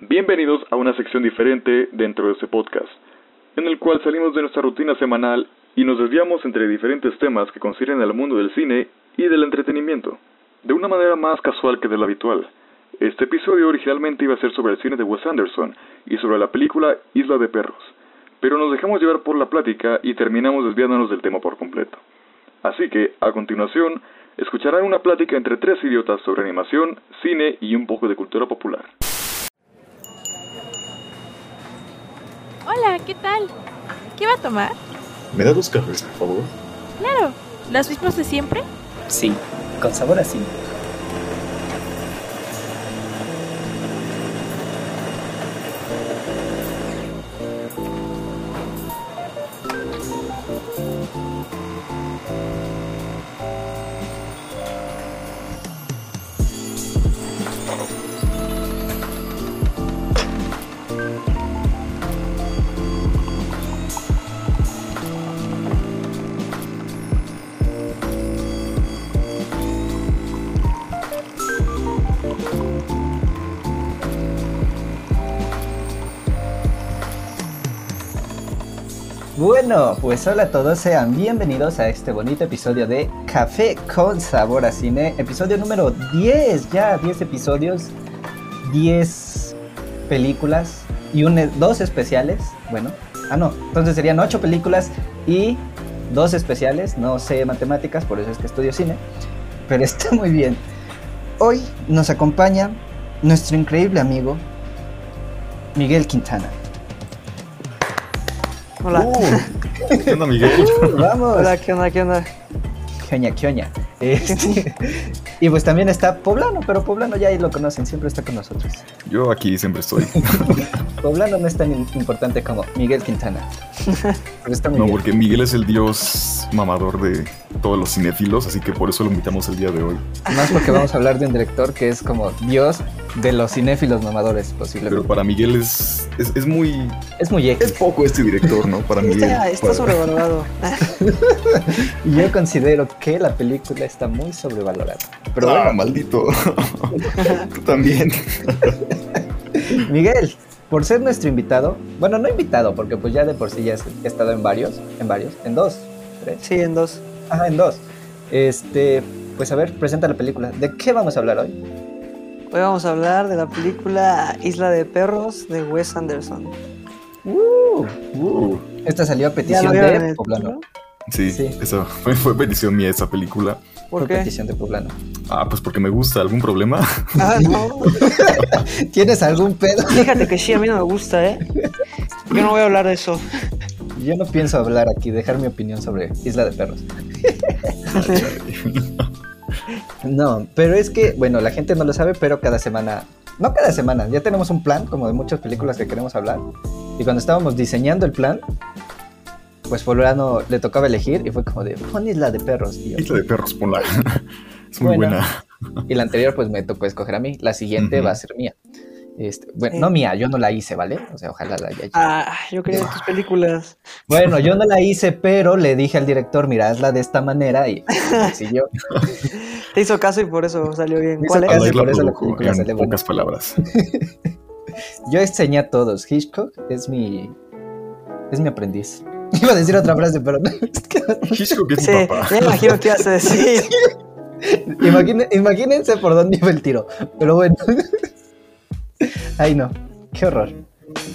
Bienvenidos a una sección diferente dentro de este podcast, en el cual salimos de nuestra rutina semanal y nos desviamos entre diferentes temas que conciernen al mundo del cine y del entretenimiento, de una manera más casual que de lo habitual. Este episodio originalmente iba a ser sobre el cine de Wes Anderson y sobre la película Isla de Perros, pero nos dejamos llevar por la plática y terminamos desviándonos del tema por completo. Así que, a continuación, escucharán una plática entre tres idiotas sobre animación, cine y un poco de cultura popular. Hola, ¿qué tal? ¿Qué va a tomar? ¿Me da dos cafés, por favor? Claro, ¿los mismos de siempre? Sí, con sabor así. Bueno, pues hola a todos, sean bienvenidos a este bonito episodio de Café con Sabor a Cine, episodio número 10, ya 10 episodios, 10 películas y un, e, dos especiales, bueno, ah no, entonces serían 8 películas y dos especiales, no sé matemáticas, por eso es que estudio cine, pero está muy bien. Hoy nos acompaña nuestro increíble amigo Miguel Quintana. Hola. Uh, ¿Qué onda, Miguel? Vamos. Hola, ¿qué onda? ¿Qué onda? ¿Qué oña, qué oña? Este, y pues también está Poblano, pero Poblano ya ahí lo conocen, siempre está con nosotros. Yo aquí siempre estoy. Poblano no es tan importante como Miguel Quintana. Pero está muy no, bien. porque Miguel es el dios mamador de todos los cinéfilos, así que por eso lo invitamos el día de hoy. Más porque vamos a hablar de un director que es como dios de los cinéfilos mamadores, posiblemente. Pero para Miguel es, es, es muy... Es muy X. Es poco este director, ¿no? Para Miguel. Está, está pues. para... sobrevalorado. Ah, Yo considero que la película está muy sobrevalorada. Pero ah, bueno. maldito. Tú también. Miguel, por ser nuestro invitado, bueno, no invitado, porque pues ya de por sí ya he estado en varios, en varios, en dos, tres. Sí, en dos. Ajá, en dos. Este, pues a ver, presenta la película. ¿De qué vamos a hablar hoy? Hoy vamos a hablar de la película Isla de Perros de Wes Anderson. Uh, uh. Esta salió a petición de Poblano. Sí, sí. Esa fue, fue, petición mía esa película. ¿Por fue qué? petición de Poblano. Ah, pues porque me gusta. ¿Algún problema? Ah, no. ¿Tienes algún pedo? Fíjate que sí, a mí no me gusta, ¿eh? Yo no voy a hablar de eso. Yo no pienso hablar aquí, dejar mi opinión sobre Isla de Perros. no, pero es que, bueno, la gente no lo sabe, pero cada semana no cada semana, ya tenemos un plan como de muchas películas que queremos hablar. Y cuando estábamos diseñando el plan, pues Poblano le tocaba elegir y fue como de, pon Isla de Perros. Tío. Isla de Perros, ponla. es muy bueno, buena. Y la anterior pues me tocó escoger a mí, la siguiente uh -huh. va a ser mía. Este, bueno, eh. no mía, yo no la hice, ¿vale? O sea, ojalá la haya hecho. Ah, yo quería tus películas. Bueno, yo no la hice, pero le dije al director, mira, hazla de esta manera y siguió. Te hizo caso y por eso salió bien. ¿Cuál Te hizo caso y por eso la película salió pocas buena. palabras. yo enseñé a todos. Hitchcock es mi, es mi aprendiz. Iba a decir otra frase, pero no. Hitchcock es sí, mi papá. Ya imagino qué vas a decir. Imagine, imagínense por dónde iba el tiro. Pero bueno. Ay, no. Qué horror.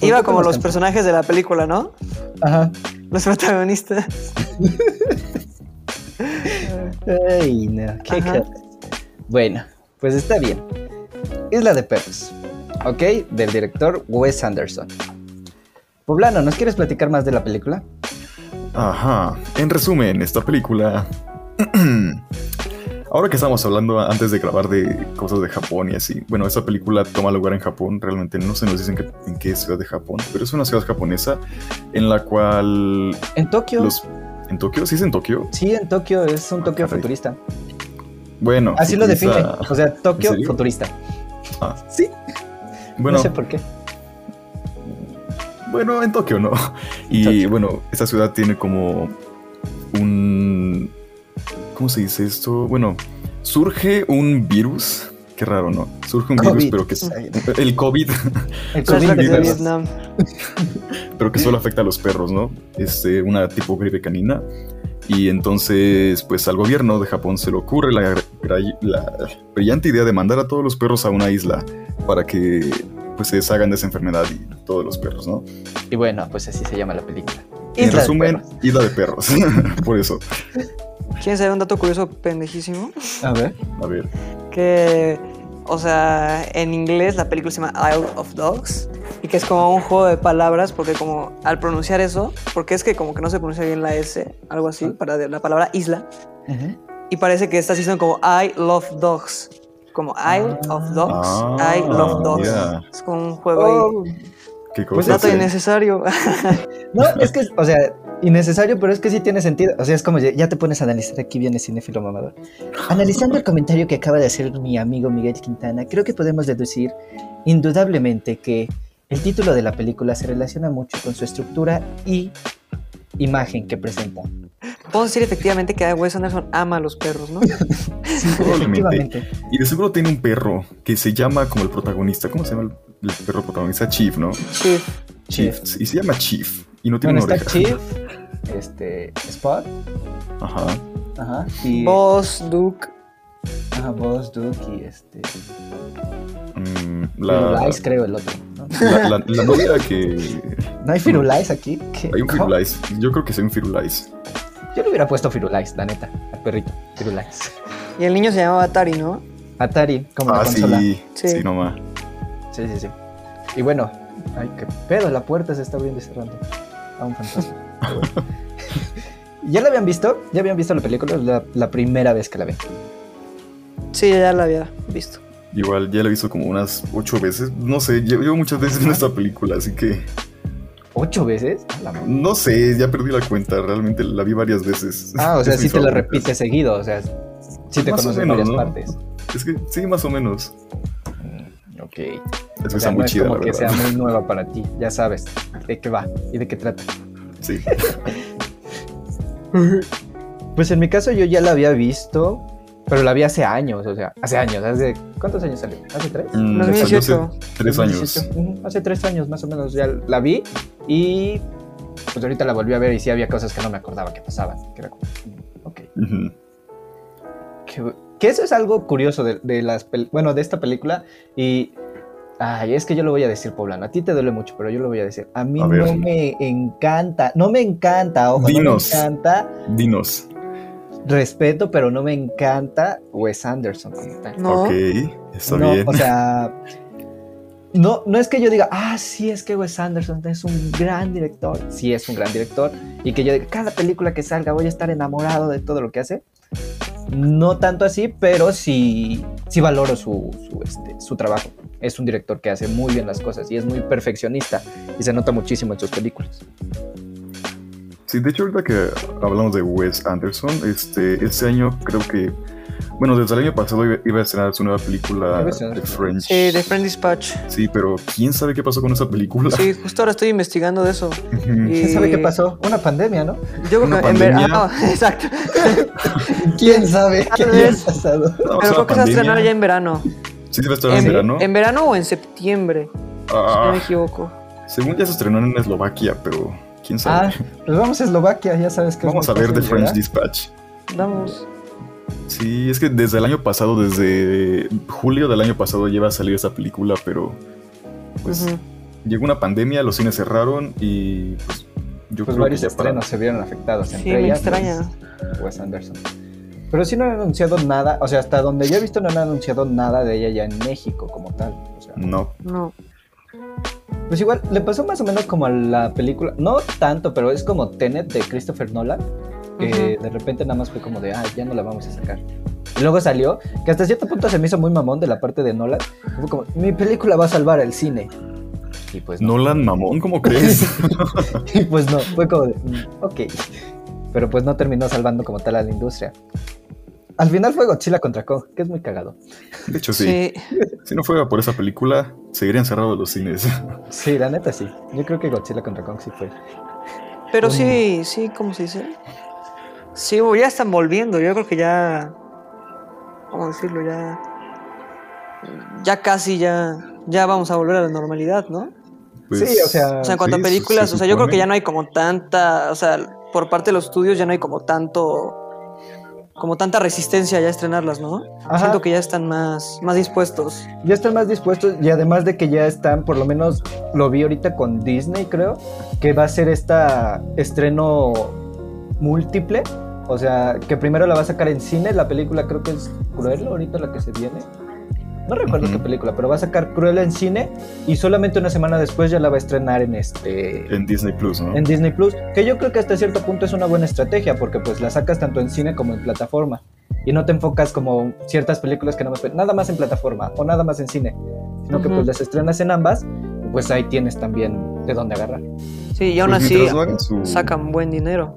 Iba como los personajes de la película, ¿no? Ajá. Los protagonistas. Ay, no. Qué bueno, pues está bien. Isla de Perros. Ok, del director Wes Anderson. Poblano, ¿nos quieres platicar más de la película? Ajá. En resumen, esta película. Ahora que estamos hablando antes de grabar de cosas de Japón y así, bueno, esta película toma lugar en Japón, realmente no se nos dicen que, en qué ciudad de Japón, pero es una ciudad japonesa en la cual... En Tokio. Los, ¿En Tokio? ¿Sí es en Tokio? Sí, en Tokio, es un ah, Tokio caray. futurista. Bueno. Así futurista... lo define, o sea, Tokio futurista. Ah. Sí. Bueno. No sé por qué. Bueno, en Tokio no. Y Tokio. bueno, esta ciudad tiene como un ¿cómo se dice esto? Bueno, surge un virus Qué raro, ¿no? Surge un virus, COVID. pero que es el COVID, El Pero es la Pues que COVID-19. de Vietnam. Vietnam. pero que solo afecta a los perros, ¿no? Este, una tipo gripe canina. Y entonces, pues al gobierno de Japón se le ocurre la, gra- la brillante idea de mandar a todos los perros a una isla para que pues se deshagan de esa enfermedad y todos los perros, ¿no? Y bueno, pues así se llama la película. En Isla de resumen, isla de perros. Por eso. ¿Quieren saber un dato curioso pendejísimo? perros. A ver. A ver. Que, o sea, en inglés la película se llama Isle of Dogs y que es como un juego de palabras porque como al pronunciar eso, porque es que como que no se pronuncia bien la S, algo así, para de- la palabra isla, Ujú. y parece que estás diciendo como I love dogs. Como Isle of Dogs, Ah, I love dogs. ya. Es como un juego ahí. ¿Qué Pues cosa? dato Sí. innecesario. No, es que, o sea, innecesario, pero es que sí tiene sentido. O sea, es como ya, ya te pones a analizar. Aquí viene cinéfilo mamador. Analizando el comentario que acaba de hacer mi amigo Miguel Quintana, creo que podemos deducir indudablemente que el título de la película se relaciona mucho con su estructura y imagen que presenta. Puedo decir efectivamente que Wes Anderson ama a los perros, ¿no? Probablemente. Efectivamente. Y de seguro tiene un perro que se llama como el protagonista. ¿Cómo se llama el, el perro protagonista? Chief, ¿no? Chief. Chief. Y se llama Chief. Y no tiene Bueno, una está oreja. Chief, este, Spot, Ajá. ajá, y Boss, Duke. ajá, Boss, Duke y este, Mm, la, Firulais, creo el otro. ¿no? la, la- la novia que. ¿No hay Firulais aquí? ¿Qué? Hay un ¿Cómo? Firulais. Yo creo que soy un Firulais. Yo le hubiera puesto Firulais, la neta, al perrito, Firulais. Y el niño se llamaba Atari, ¿no? Atari, como la Ah, consola. sí. Sí. Sí, nomás. Sí, sí, sí. Y bueno, ay, qué pedo, la puerta se está abriendo y cerrando. A un fantasma. Pero bueno. ¿Ya la habían visto? ¿Ya habían visto la película? La, la primera vez que la ven. Sí, ya la había visto. Igual ya lo he visto como unas ocho veces. No sé, lle- llevo muchas veces en esta película, así que. ¿Ocho veces? A la madre. No sé, ya perdí la cuenta. Realmente la vi varias veces. Ah, o sea, Es mi sí te la favorita. repites seguido, o sea, sí te Más o conoces menos, varias ¿no? partes. Es que sí, más o menos. Mm, Es ok. que O sea, está no muy es chida, la como que sea verdad. muy nueva para ti, ya sabes de qué va y de qué trata. Sí. Pues en mi caso yo ya la había visto, pero la vi hace años, o sea, hace años, hace... ¿Cuántos años salió? ¿Hace tres? Mm, me salió hace 2018. Tres años. 2018, ujú, Hace tres años más o menos ya la vi y pues ahorita la volví a ver y sí había cosas que no me acordaba que pasaban. Que era como, mm, ok. Ujú. Que, que eso es algo curioso de, de las pel- bueno, de esta película y... Ay, es que yo lo voy a decir, Poblano. A ti te duele mucho, pero yo lo voy a decir. A mí A ver. no me encanta, no me encanta, ojo, Dinos. no me encanta. Dinos. Respeto, pero no me encanta Wes Anderson como tal. No. Ok, está no, pues. bien. o sea, no, no es que yo diga, ah, sí, es que Wes Anderson es un gran director. Sí, es un gran director. Y que yo diga, cada película que salga voy a estar enamorado de todo lo que hace. No tanto así, pero sí, sí valoro su, su, este, su trabajo. Es un director que hace muy bien las cosas y es muy perfeccionista y se nota muchísimo en sus películas. Sí, de hecho, ahorita que hablamos de Wes Anderson, este, este año creo que. Bueno, desde el año pasado iba, iba a estrenar su nueva película, Iba a estrenar The su- French. Sí, Eh, de Friend Dispatch. Sí, pero quién sabe qué pasó con esa película. Sí, justo ahora estoy investigando de eso. Ujú. Y- ¿Quién sabe qué pasó? Una pandemia, ¿no? Yo creo Una que en ver- pandemia. ah, exacto. ¿Quién sabe qué Tal había vez. pasado? No, Pero o sea, creo que se va a pandemia. estrenar ya en verano. Sí, se va a estrenar en, verano. en verano o en septiembre, si no Ah, me equivoco. según ya se estrenó en Eslovaquia, pero quién Ah, sabe. pues vamos a Eslovaquia, ya sabes que es Vamos a muy ver The fácil French llegar. Dispatch. Vamos. Sí, es que desde el año pasado, desde julio del año pasado, lleva a salir esa película, pero pues Ujú. llegó una pandemia, los cines cerraron y pues yo Pues creo varios que ya para- estrenos se vieron afectados, Sí, entre me ellas extraña. pues, Wes Anderson. Pero sí no han anunciado nada, o sea, hasta donde yo he visto no han anunciado nada de ella ya en México como tal. o sea, No, No. Pues igual, le pasó más o menos como a la película, no tanto, pero es como Tenet de Christopher Nolan, que de repente nada más fue como de, ah, ya no la vamos a sacar. Y luego salió, que hasta cierto punto se me hizo muy mamón de la parte de Nolan, que fue como, mi película va a salvar el cine. Y pues no. Nolan Mamón, ¿cómo crees? Y pues no, fue como de, "Mm, ok. Pero pues no terminó salvando como tal a la industria. Al final fue Godzilla contra Kong, que es muy cagado. De hecho, Pues sí. Sí. Si no fuera por esa película, seguirían cerrados los cines. Sí, la neta sí. Yo creo que Godzilla contra Kong sí fue. Pero Oh. sí, sí, ¿cómo se dice? Sí, ya están volviendo. Yo creo que ya. ¿Cómo decirlo? Ya. ya casi ya, ya vamos a volver a la normalidad, ¿no? Pues, Sí, o sea, O sea, en cuanto sí, a películas, se o sea, yo creo supone. que ya no hay como tanta, o sea, por parte de los estudios ya no hay como tanto, como tanta resistencia ya a estrenarlas, ¿no? Ajá. Siento que ya están más, más dispuestos. Ya están más dispuestos y además de que ya están, por lo menos lo vi ahorita con Disney, creo, que va a ser esta estreno múltiple. O sea, que primero la va a sacar en cine, la película creo que es Cruel ahorita la que se viene. No recuerdo Ujú. qué película, pero va a sacar Cruel en cine y solamente una semana después ya la va a estrenar en este En Disney Plus, ¿no? en Disney Plus, que yo creo que hasta cierto punto es una buena estrategia porque pues la sacas tanto en cine como en plataforma y no te enfocas como ciertas películas que nada más nada más en plataforma o nada más en cine, sino que Ujú. pues las estrenas en ambas, pues ahí tienes también de dónde agarrar. Sí, y aún Pues así mientras no hagan su- sacan buen dinero.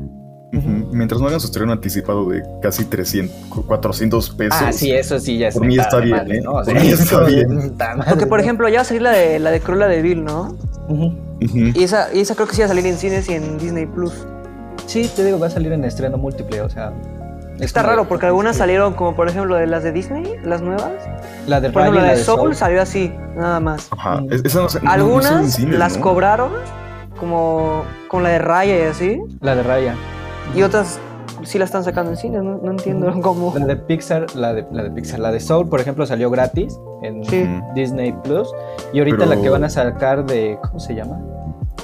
Ujú, Mientras no hagan su estreno anticipado de casi 300, 400 pesos. ah, sí, eso sí ya es por mí mentada está de bien, madre, ¿eh? ¿no? O Por sea, mí es está como de, bien. "Puta madre, Porque, por ¿no?". ejemplo, ya va a salir la de, la de Cruella de Vil, ¿no? Ujú. Ujú. Y esa, y esa creo que sí va a salir en cines y en Disney Plus. Sí, te digo, va a salir en estreno múltiple, o sea, es Está como- este, raro porque algunas salieron como por ejemplo de las de Disney, las nuevas. la de Por Raya ejemplo, y la de Soul. Soul salió así, nada más. Ajá. es- esa no se- no- no se ve en Mm. Algunas cines, las ¿no? cobraron como con la de Raya y así, La de Raya. y otras sí la están sacando en cines, no, no Mm. entiendo cómo. La de Pixar, la de, la de Pixar, la de Soul, por ejemplo, salió gratis en Sí. Ujú. Disney Plus. Y ahorita Pero- la que van a sacar de. ¿Cómo se llama?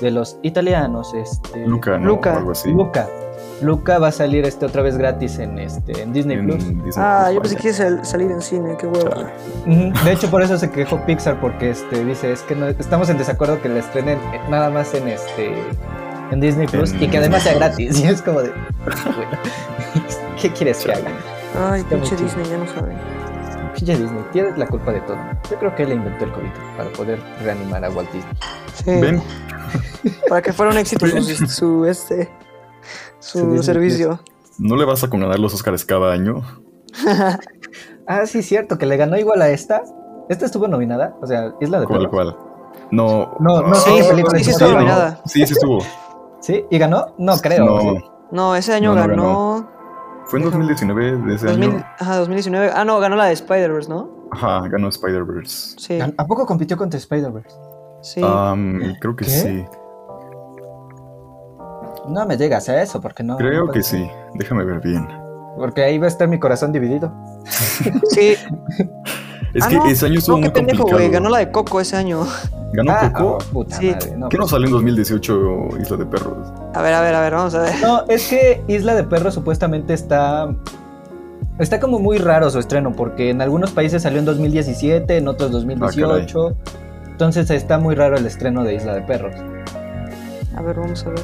De los italianos, este. Luca, ¿no? Luca. O algo así. Luca. Luca va a salir este otra vez gratis en este en Disney En Plus. Disney Ah, Plus, yo pensé vaya. que iba a salir en cine, qué huevo. Chale. Ujú. De hecho, por eso se quejó Pixar, porque este dice, es que no, estamos en desacuerdo que la estrenen nada más en este en Disney Plus En y que además Disney sea gratis. Y es como de. bueno, ¿Qué quieres que Chale. haga? Ay, Está pinche muy chido. Disney, ya no sabe. Pinche Disney, tienes la culpa de todo. Yo creo que él inventó el COVID para poder reanimar a Walt Disney. Sí, Ven, para que fuera un éxito su, su, este su Su Disney servicio. ¿no le vas a con ganar los Oscars cada año? Ah, sí, cierto, que le ganó igual a esta. Esta estuvo nominada, o sea, es la de ¿Cuál, perros. cuál? No. No, no, ah, Sí, no, sí, no, sí, sí no, estuvo no. nominada. Sí, sí estuvo. ¿Sí? ¿Y ganó? No creo. No, ¿sí? No, ese año No, no ganó, fue en 2019, de ese 2000 año. ajá, 2019. Ah, no, ganó la de Spider-Verse, ¿no? Ajá, ganó Spider-Verse. Sí. ¿A poco compitió contra Spider-Verse? Sí. Am, creo que ¿Qué? sí. No me llegas a eso, porque no. no Creo puede que ser. sí. Déjame ver bien. Porque ahí va a estar mi corazón dividido. sí. Es Ah, que no, ese año estuvo no, qué muy pendejo, complicado. güey. Ganó la de Coco ese año. Ganó ah, Coco. ah, puta Sí. madre. No. ¿Qué no salió en 2018 Isla de Perros? A ver, a ver, a ver, vamos a ver. No, es que Isla de Perros supuestamente está. Está como muy raro su estreno, porque en algunos países salió en 2017, en otros Ah, 2018. entonces está muy raro el estreno de Isla de Perros. A ver, vamos a ver.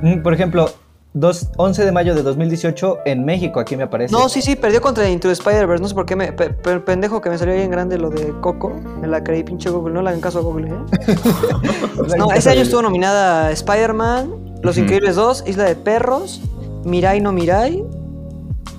Mm, Por ejemplo, dos- 11 de mayo de 2018 en México, aquí me aparece. No, sí, sí, perdió contra Into the Spider-Verse. No sé por qué me. pe- pe- pendejo que me salió bien grande lo de Coco. Me la creí, pinche Google. No le hagan caso a Google, ¿eh? No, ese año estuvo nominada Spider-Man, Los Ujú. Increíbles 2, Isla de Perros, Mirai no Mirai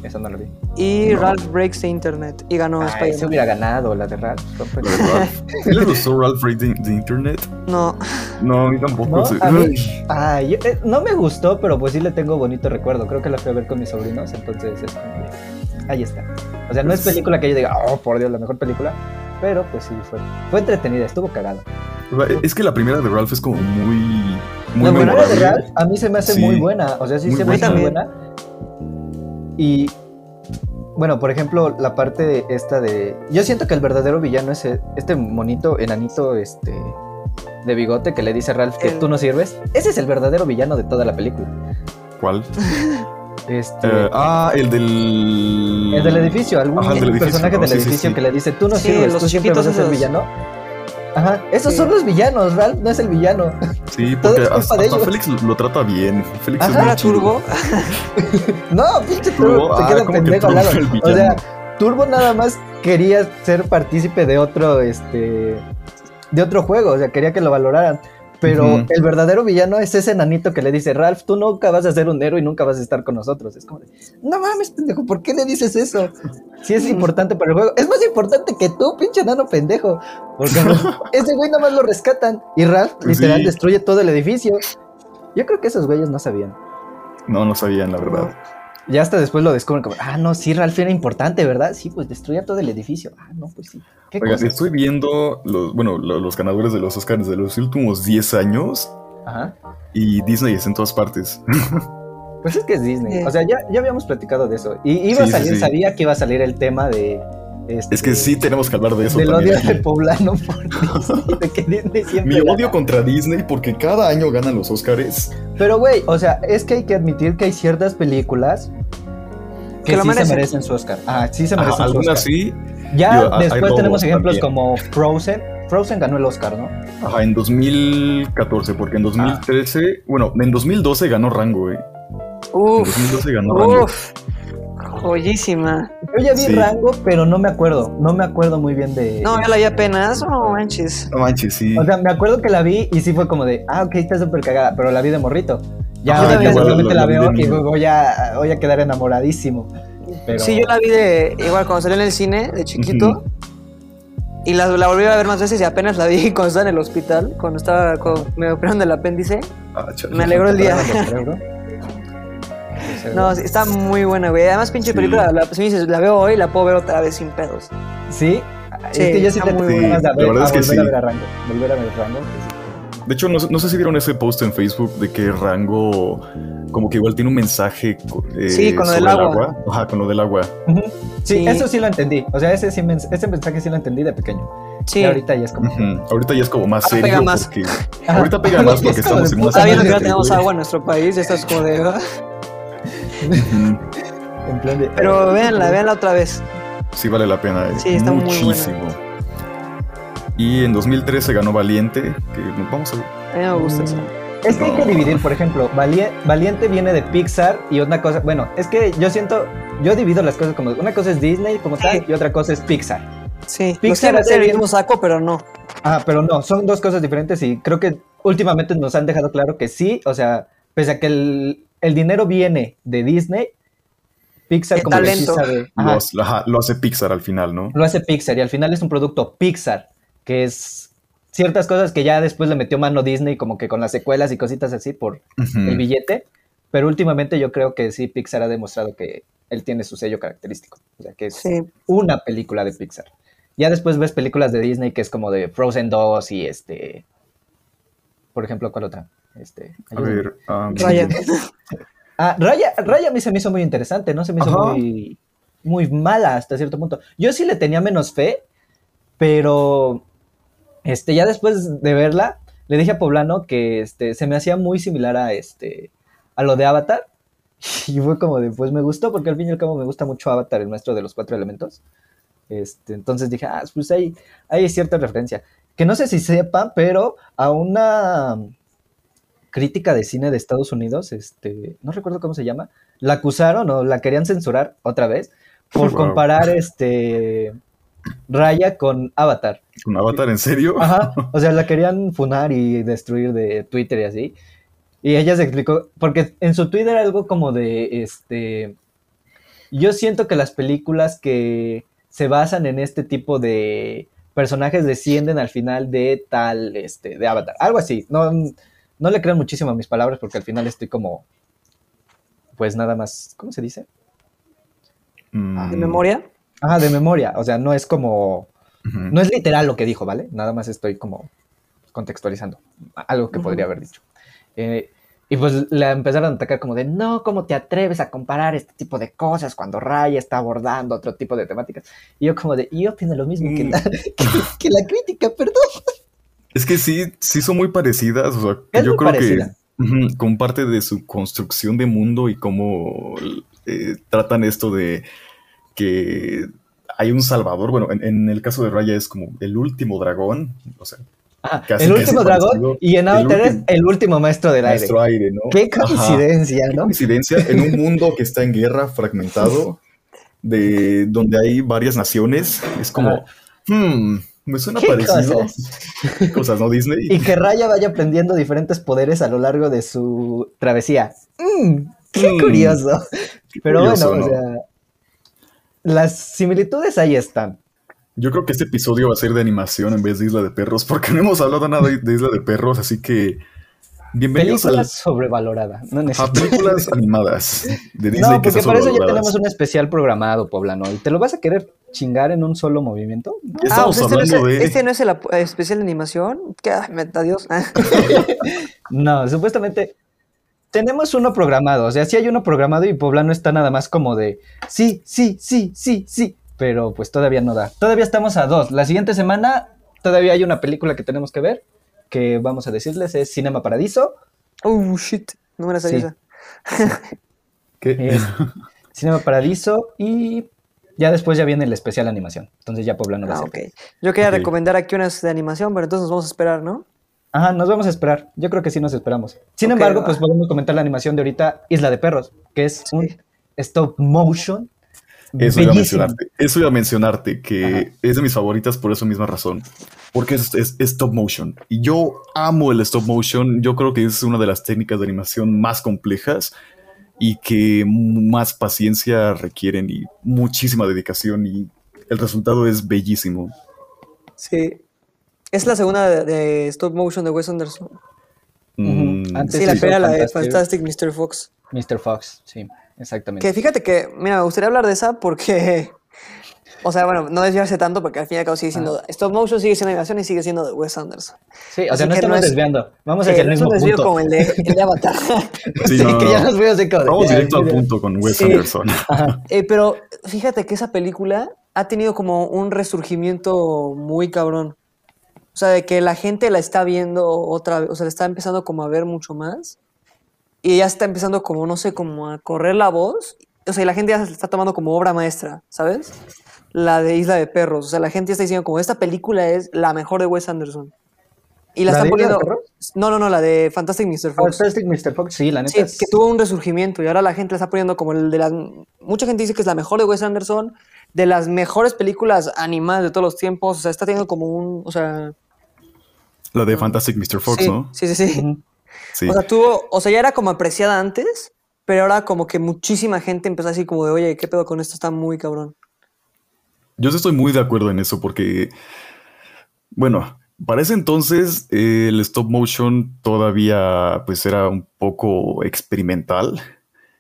Eso no Ah, lo vi. y No. Ralph Breaks the Internet. Y ganó Ay, se Spider-Man. hubiera ganado la de Ralph. no, pues. La verdad. ¿Sí le gustó Ralph Reed de, de Internet? No, No, a mí tampoco. No, pues sí. a mí- Ay, Ay, yo- eh, no me gustó, pero pues sí le tengo bonito recuerdo. Creo que la fui a ver con mis sobrinos, entonces es como de- Ahí está. O sea, no es película que yo diga, oh, por Dios, la mejor película. Pero pues sí, fue, fue entretenida, estuvo cagada. Es que la primera de Ralph es como muy. Muy La primera Pero de memorable. Ralph, a mí se me hace Sí. muy buena. O sea, sí Muy se me hace muy buena. buena. Y bueno, por ejemplo, la parte de esta de. Yo siento que el verdadero villano es e- este monito, enanito, este. De bigote que le dice a Ralph que El- tú no sirves. Ese es el verdadero villano de toda la película. ¿Cuál? Este. Eh, ah, el del. El del edificio, algún Ajá, el del edificio, personaje ¿no? del Sí, sí, edificio sí. que le dice, tú no Sí, sirves, los tú siempre vas a chiquitos ser esos. villano. Ajá, esos Sí. son los villanos, Ralph no es el villano. Sí, Todo porque es culpa hasta, de hasta ellos. Félix lo trata bien. Félix Ajá. es ¿no muy era chido. Turbo? No, pinche Turbo, Turbo, se ah, queda ¿cómo que pendejo al Turbo lado. era el O sea, villano? Turbo nada más quería ser partícipe de otro, este, de otro juego, o sea, quería que lo valoraran. Pero Ujú. el verdadero villano es ese nanito que le dice, Ralph, tú nunca vas a ser un héroe y nunca vas a estar con nosotros. Es como, de, no mames, pendejo, ¿por qué le dices eso? Si es importante para el juego. Es más importante que tú, pinche nano pendejo. Porque ese güey nada más lo rescatan. Y Ralph Pues literal sí. destruye todo el edificio. Yo creo que esos güeyes no sabían. No, no sabían, la verdad. Ya hasta después lo descubren como, ah, no, sí, Ralph era importante, ¿verdad? Sí, pues destruía todo el edificio. Ah, no, pues sí. ¿Qué Oigan, cosa? estoy viendo los, bueno, lo- los ganadores de los Oscars de los últimos 10 años Ajá. y Disney está en todas partes. Pues es que es Disney. Sí. O sea, ya, ya habíamos platicado de eso. Y iba Sí, a sí, salir, sí. sabía que iba a salir el tema de. este, Es que sí tenemos que hablar de eso. Del también odio aquí. del poblano por Disney. De que Disney siempre. Mi gana. odio contra Disney porque cada año ganan los Oscars. Pero, güey, o sea, es que hay que admitir que hay ciertas películas que, Que lo sí se merecen. merecen su Oscar. Ah, sí se merecen Ajá, su Algunas Oscar. sí. Ya Digo, hay- hay después tenemos robos ejemplos también. como Frozen. Frozen ganó el Oscar, ¿no? Ajá, en 2014, porque en 2013, bueno, en 2012 ganó Rango, güey. En Ah. Uf, 2012 ganó Rango. uf. Joyísima. Yo ya vi Sí. Rango, pero no me acuerdo. No me acuerdo muy bien de. No, yo la vi apenas. No manches. No manches, sí. O sea, me acuerdo que la vi y sí fue como de, ah, ok, está súper cagada, pero la vi de morrito. Ya, Ah, ahora yo ya igual la- seguramente la la vi de veo y niño. voy a, voy a quedar enamoradísimo. Pero... Sí, yo la vi de igual cuando salió en el cine de chiquito. Ujú. Y la, la volví a ver más veces y apenas la vi cuando estaba en el hospital, cuando estaba con, me operaron del apéndice. Ah, chale. Me alegró el día. No, No, sí, está muy buena, güey. Además, pinche Sí. película, la, si me dices, la veo hoy, la puedo ver otra vez sin pedos. sí, Sí, es que yo sí está te muy tengo ganas buena. La de ver, verdad a es que volver sí. a ver a Rango. Volver a ver Rango. que De hecho, no, sé- no sé si vieron ese post en Facebook de que Rango como que igual tiene un mensaje co- eh, Sí, con lo del sobre el agua. Ajá, con lo del agua. sí. Sí, Sí. eso sí lo entendí. O sea, ese, sí men- ese mensaje sí lo entendí de pequeño. Sí. Y ahorita ya es como. Ujú. Ahorita ya es como más Ahora serio. pega más. porque- Ahorita pega más porque Es como estamos de en una puta Está madre, viendo pandemia, que ya tenemos güey. agua en nuestro país, ya estás como de. "Ah". Ujú. En plan de. Pero véanla, véanla otra vez. Sí vale la pena. eh. Sí, está muy buena. Muchísimo. Y en 2013 ganó Valiente, que no- vamos a ver. A mí me gusta eso. Es que hay que No. dividir, por ejemplo, Valie- Valiente viene de Pixar y otra cosa, bueno, es que yo siento, yo divido las cosas como, una cosa es Disney como tal Sí. y otra cosa es Pixar. Sí. Pixar Los quiero hace meter en el bien. mismo saco, pero no. Ah, pero no, son dos cosas diferentes y creo que últimamente nos han dejado claro que sí, o sea, pese a que el, el dinero viene de Disney, Pixar El como que sí talento. sabe- Lo ajá, hace- ajá, lo hace Pixar al final, ¿no? lo hace Pixar y al final es un producto Pixar, que es ciertas cosas que ya después le metió mano Disney como que con las secuelas y cositas así por Ujú. el billete, pero últimamente yo creo que sí Pixar ha demostrado que él tiene su sello característico, o sea, que es Sí. una película de Pixar. Ya después ves películas de Disney que es como de Frozen 2 y este por ejemplo, ¿cuál otra? Este, A ayúdame. ver. ah, Raya. Ah, Raya, Raya a mí se me hizo muy interesante, ¿no? Se me hizo Ajá. muy, muy mala hasta cierto punto. Yo sí le tenía menos fe, pero este, ya después de verla, le dije a Poblano que este, se me hacía muy similar a, este, a lo de Avatar. Y fue como de, pues me gustó, porque al fin y al cabo me gusta mucho Avatar, el maestro de los cuatro elementos. Este, entonces dije, ah, pues hay, hay cierta referencia. Que no sé si sepan, pero a una um, crítica de cine de Estados Unidos, este, no recuerdo cómo se llama, la acusaron o la querían censurar otra vez por Wow. comparar este Raya con Avatar. ¿Un avatar en serio? Ajá, o sea, la querían funar y destruir de Twitter y así. Y ella se explicó, porque en su Twitter algo como de, este, yo siento que las películas que se basan en este tipo de personajes descienden al final de tal, este, de Avatar, algo así. No, no le crean muchísimo a mis palabras porque al final estoy como, pues nada más, ¿cómo se dice? Mm, ¿De memoria? Ah, de memoria, o sea, no es como ujú. no es literal lo que dijo, ¿vale? Nada más estoy como contextualizando algo que podría Ujú. haber dicho. Eh, y pues la empezaron a atacar como de, no, ¿cómo te atreves a comparar este tipo de cosas cuando Raya está abordando otro tipo de temáticas? Y yo como de, y yo opino lo mismo que, Mm. la, que, que la crítica, perdón. Es que sí, sí son muy parecidas. O sea, que Es yo muy creo parecida. que ujú, como parte de su construcción de mundo y cómo eh, tratan esto de que hay un salvador. Bueno, en, en el caso de Raya es como el último dragón, o sea, Ajá, Casi, el casi último parecido. dragón y El en Avatar es último. el último maestro del aire. nuestro aire, ¿no? Qué Ajá. coincidencia, Qué ¿no? coincidencia en un mundo que está en guerra, fragmentado, de donde hay varias naciones. Es como, hmm, me suena Ah. ¿Qué parecido. cosas? ¿Qué cosas, no? Disney. Y que Raya vaya aprendiendo diferentes poderes a lo largo de su travesía. Mm, qué Mm. curioso. Pero curioso, bueno, o ¿no? sea, las similitudes ahí están. Yo creo que este episodio va a ser de animación en vez de Isla de Perros, porque no hemos hablado nada de Isla de Perros, así que Bienvenidos Película a las sobrevalorada. No a necesito. películas animadas de Disney No, que porque están para eso ya sobrevaloradas. tenemos un especial programado, Poblano. ¿Y te lo vas a querer chingar en un solo movimiento? Ya pues estamos o sea, este, hablando no es, de... este no es el ap- eh, especial de animación. Que, ay, me- adiós. No, supuestamente tenemos uno programado. O sea, sí hay uno programado y Poblano está nada más como de sí, sí, sí, sí, sí. Pero pues todavía no da. Todavía estamos a dos. La siguiente semana todavía hay una película que tenemos que ver. Que vamos a decirles es Cinema Paradiso. Oh, shit. No me la sabía Sí. esa. ¿Qué? Es Cinema Paradiso y ya después ya viene el especial animación. Entonces ya Poblano va a Ah, ser. ok. Yo quería Ok. recomendar aquí unas de animación, pero entonces nos vamos a esperar, ¿no? Ajá, nos vamos a esperar. Yo creo que sí nos esperamos. Sin Ok, embargo, va. pues podemos comentar la animación de ahorita Isla de Perros, que es Sí. un stop motion. Eso iba a bellísimo. mencionarte. Eso iba a mencionarte que Ajá. es de mis favoritas por esa misma razón. Porque es, es- es stop motion. Y yo amo el stop motion. Yo creo que es una de las técnicas de animación más complejas y que más paciencia requieren y muchísima dedicación. Y el resultado es bellísimo. Sí. Es la segunda de, de stop motion de Wes Anderson. Mm, Ujú. Antes Sí, la hizo primera, la de Fantastic. Fantastic Mr. Fox. Mr. Fox, sí, exactamente. Que fíjate que, mira, me gustaría hablar de esa porque. O sea, bueno, no desviarse tanto porque al fin y al cabo sigue siendo. Stop motion sigue siendo animación y sigue siendo de Wes Anderson. Sí, o así sea, no que no estamos es- desviando. Vamos Sí, hacia el no es mismo un desvío punto. como el de, el de Avatar. sí, Sí, no, no, que ya no. nos veo de cara de- Vamos ya, directo al ya. punto con Wes Sí. Anderson. Ajá. Eh, pero fíjate que esa película ha tenido como un resurgimiento muy cabrón. O sea, de que la gente la está viendo otra vez, o sea, la está empezando como a ver mucho más. Y ya está empezando como, no sé, como a correr la voz. O sea, y la gente ya se la está tomando como obra maestra, ¿sabes? La de Isla de Perros. O sea, la gente está diciendo como, esta película es la mejor de Wes Anderson. Y la, ¿La de Isla de están poniendo... Perros? Ah, No, no, no, la de Fantastic Mr. Fox. Fantastic Mr. Fox, sí, la Sí, neta. que tuvo un resurgimiento y ahora la gente la está poniendo como el de las... Mucha gente dice que es la mejor de Wes Anderson, de las mejores películas animadas de todos los tiempos, o sea, está teniendo como un... O sea, La de Fantastic Mr. Fox, sí, ¿no? sí, sí, sí. Ujú. Sí. O sea, tuvo... O sea, ya era como apreciada antes, pero ahora como que muchísima gente empezó así como de, oye, ¿qué pedo con esto? Está muy cabrón. Yo sí estoy muy de acuerdo en eso porque, bueno, para ese entonces eh, el stop motion todavía pues era un poco experimental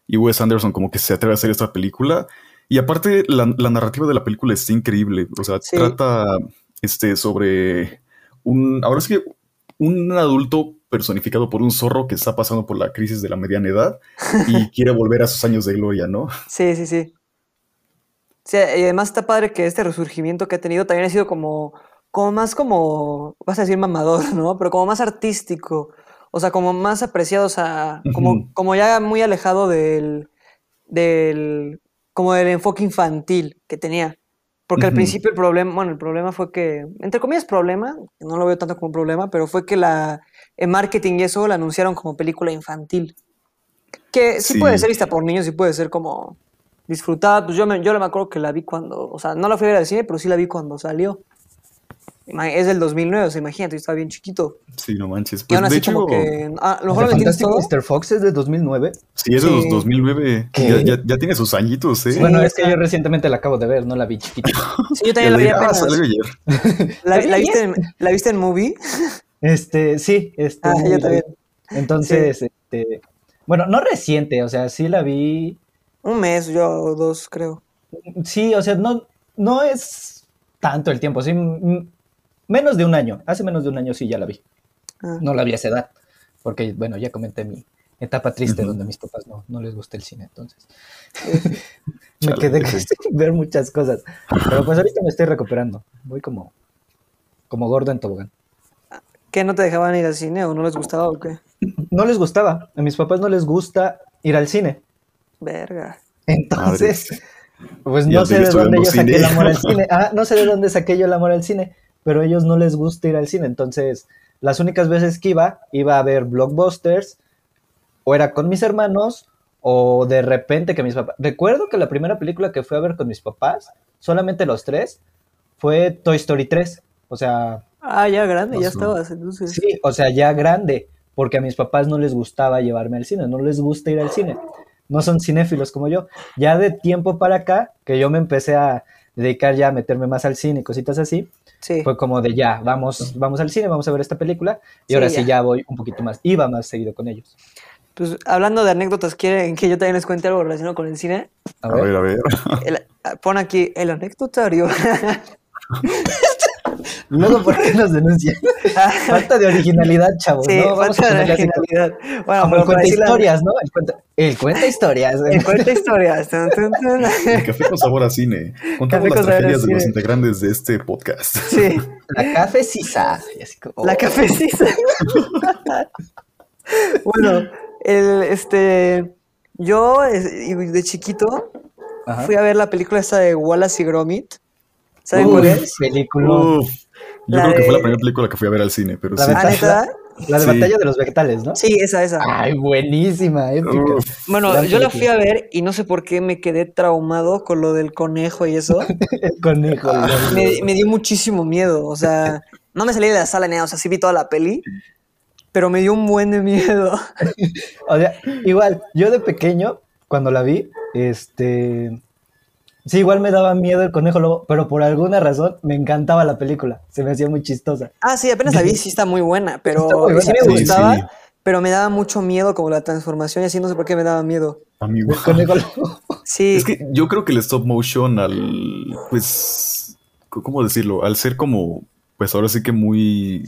y Wes Anderson como que se atreve a hacer esta película y aparte la, la narrativa de la película es increíble, o sea, Sí. trata este sobre un, ahora sí que un adulto personificado por un zorro que está pasando por la crisis de la mediana edad y quiere volver a sus años de gloria, ¿no? Sí, sí, sí. Sí, y además está padre que este resurgimiento que ha tenido también ha sido como, como más como, vas a decir mamador, ¿no? Pero como más artístico, o sea, como más apreciado, o sea, como, Ujú. como ya muy alejado del, del, como del enfoque infantil que tenía. Porque al Ujú. principio el problema, bueno, el problema fue que, entre comillas problema, no lo veo tanto como problema, pero fue que la, en marketing y eso la anunciaron como película infantil. Que sí, puede Sí. ser vista por niños y puede ser como disfrutada. Pues yo me, yo me acuerdo que la vi cuando, o sea, no la fui a ver al cine, pero sí la vi cuando salió. Ima- Es del 2009, o sea, imagínate, yo estaba bien chiquito. Sí, no manches. y Pues, aún de así hecho, como que... ah, A lo mejor ¿La lo entiendes Fantastic todo. Mr. Fox es de 2009. Sí, es de los Sí. 2009. ¿Qué? Ya, ya- ya tiene sus añitos, ¿eh? Sí, bueno, o es que sea- yo recientemente la acabo de ver, no la vi chiquita. Sí, yo Ya también la vi dirá, "Ah, apenas. salió ayer. ¿Está ¿La, la bien? viste en, ¿La viste en movie? Este, sí, este. Ah, no yo la vi. también. Entonces, este, bueno, no reciente, o sea, sí la vi. Un mes, yo o dos, creo. Sí, o sea, no, no es tanto el tiempo, sí, mm, menos de un año. Hace menos de un año sí ya la vi. Ah. No la vi a esa edad, porque, bueno, ya comenté mi etapa triste Ujú. donde a mis papás no, no les gusta el cine, entonces. me Chale, quedé sí. sin ver muchas cosas. Pero pues ahorita me estoy recuperando. Voy como, como gordo en tobogán. ¿Qué, no te dejaban ir al cine o no les gustaba o qué? No les gustaba, a mis papás no les gusta ir al cine. Verga. Entonces, pues Y no al sé seguir de estudiando dónde yo saqué cine. el amor al cine. Ah, no sé de dónde saqué yo el amor al cine, pero a ellos no les gusta ir al cine. Entonces, las únicas veces que iba, iba a ver blockbusters, o era con mis hermanos, o de repente que mis papás. Recuerdo que la primera película que fui a ver con mis papás, solamente los tres, fue Toy Story 3. O sea, Ah, ya grande, ya Ojo. estabas, entonces. Sí, o sea, ya grande, porque a mis papás no les gustaba llevarme al cine, no les gusta ir al cine, no son cinéfilos como yo. Ya de tiempo para acá, que yo me empecé a dedicar ya a meterme más al cine y cositas así, Sí. Fue como de ya, vamos, vamos al cine, vamos a ver esta película. Y Sí, ahora ya. sí ya voy un poquito más. Iba más seguido con ellos. Pues hablando de anécdotas, ¿quieren que yo también les cuente algo relacionado con el cine? A A ver. ver, a ver. El- ah, pon aquí el anecdotario. Luego, ¿por qué nos denuncian? falta de originalidad, chavos. sí, ¿no? Vamos a falta de ponerle así como- originalidad. Bueno, como pero el para cuenta decir la- historias, ¿no? El cuenta, el cuenta historias. El cuenta historias. Tun, tun, tun. El café con sabor a cine. Café Contamos las con sabor a tragedias de cine. los integrantes de este podcast. Sí, La café sisa. Y así como, la cafecita. bueno, el, este, yo es- y de chiquito Ajá. fui a ver la película esta de Wallace y Gromit. ¿Saben Uy, cuál es? película. Uf, yo La creo que fue la de- primera película que fui a ver al cine, pero La sí. Ah, ¿neta? La de Sí. batalla de los vegetales, ¿no? Sí, esa, esa. Ay, buenísima, épica. Uf. Bueno, Gran yo la fui Ah, película. a ver y no sé por qué me quedé traumado con lo del conejo y eso. El conejo. Ah. el- Me, me dio muchísimo miedo, o sea, no me salí de la sala ni nada, o sea, sí vi toda la peli, pero me dio un buen de miedo. O sea, igual, yo de pequeño, cuando la vi, este. Sí, igual me daba miedo el conejo lobo, pero por alguna razón me encantaba la película. Se me hacía muy chistosa. Ah, sí, apenas la vi, sí está muy buena, pero Está muy sí buena. me Sí, gustaba, sí. pero me daba mucho miedo como la transformación y así, no sé por qué me daba miedo. Amigo. El conejo lobo. Sí, Es que yo creo que el stop motion al, pues, ¿cómo decirlo? Al ser como, pues ahora sí que muy...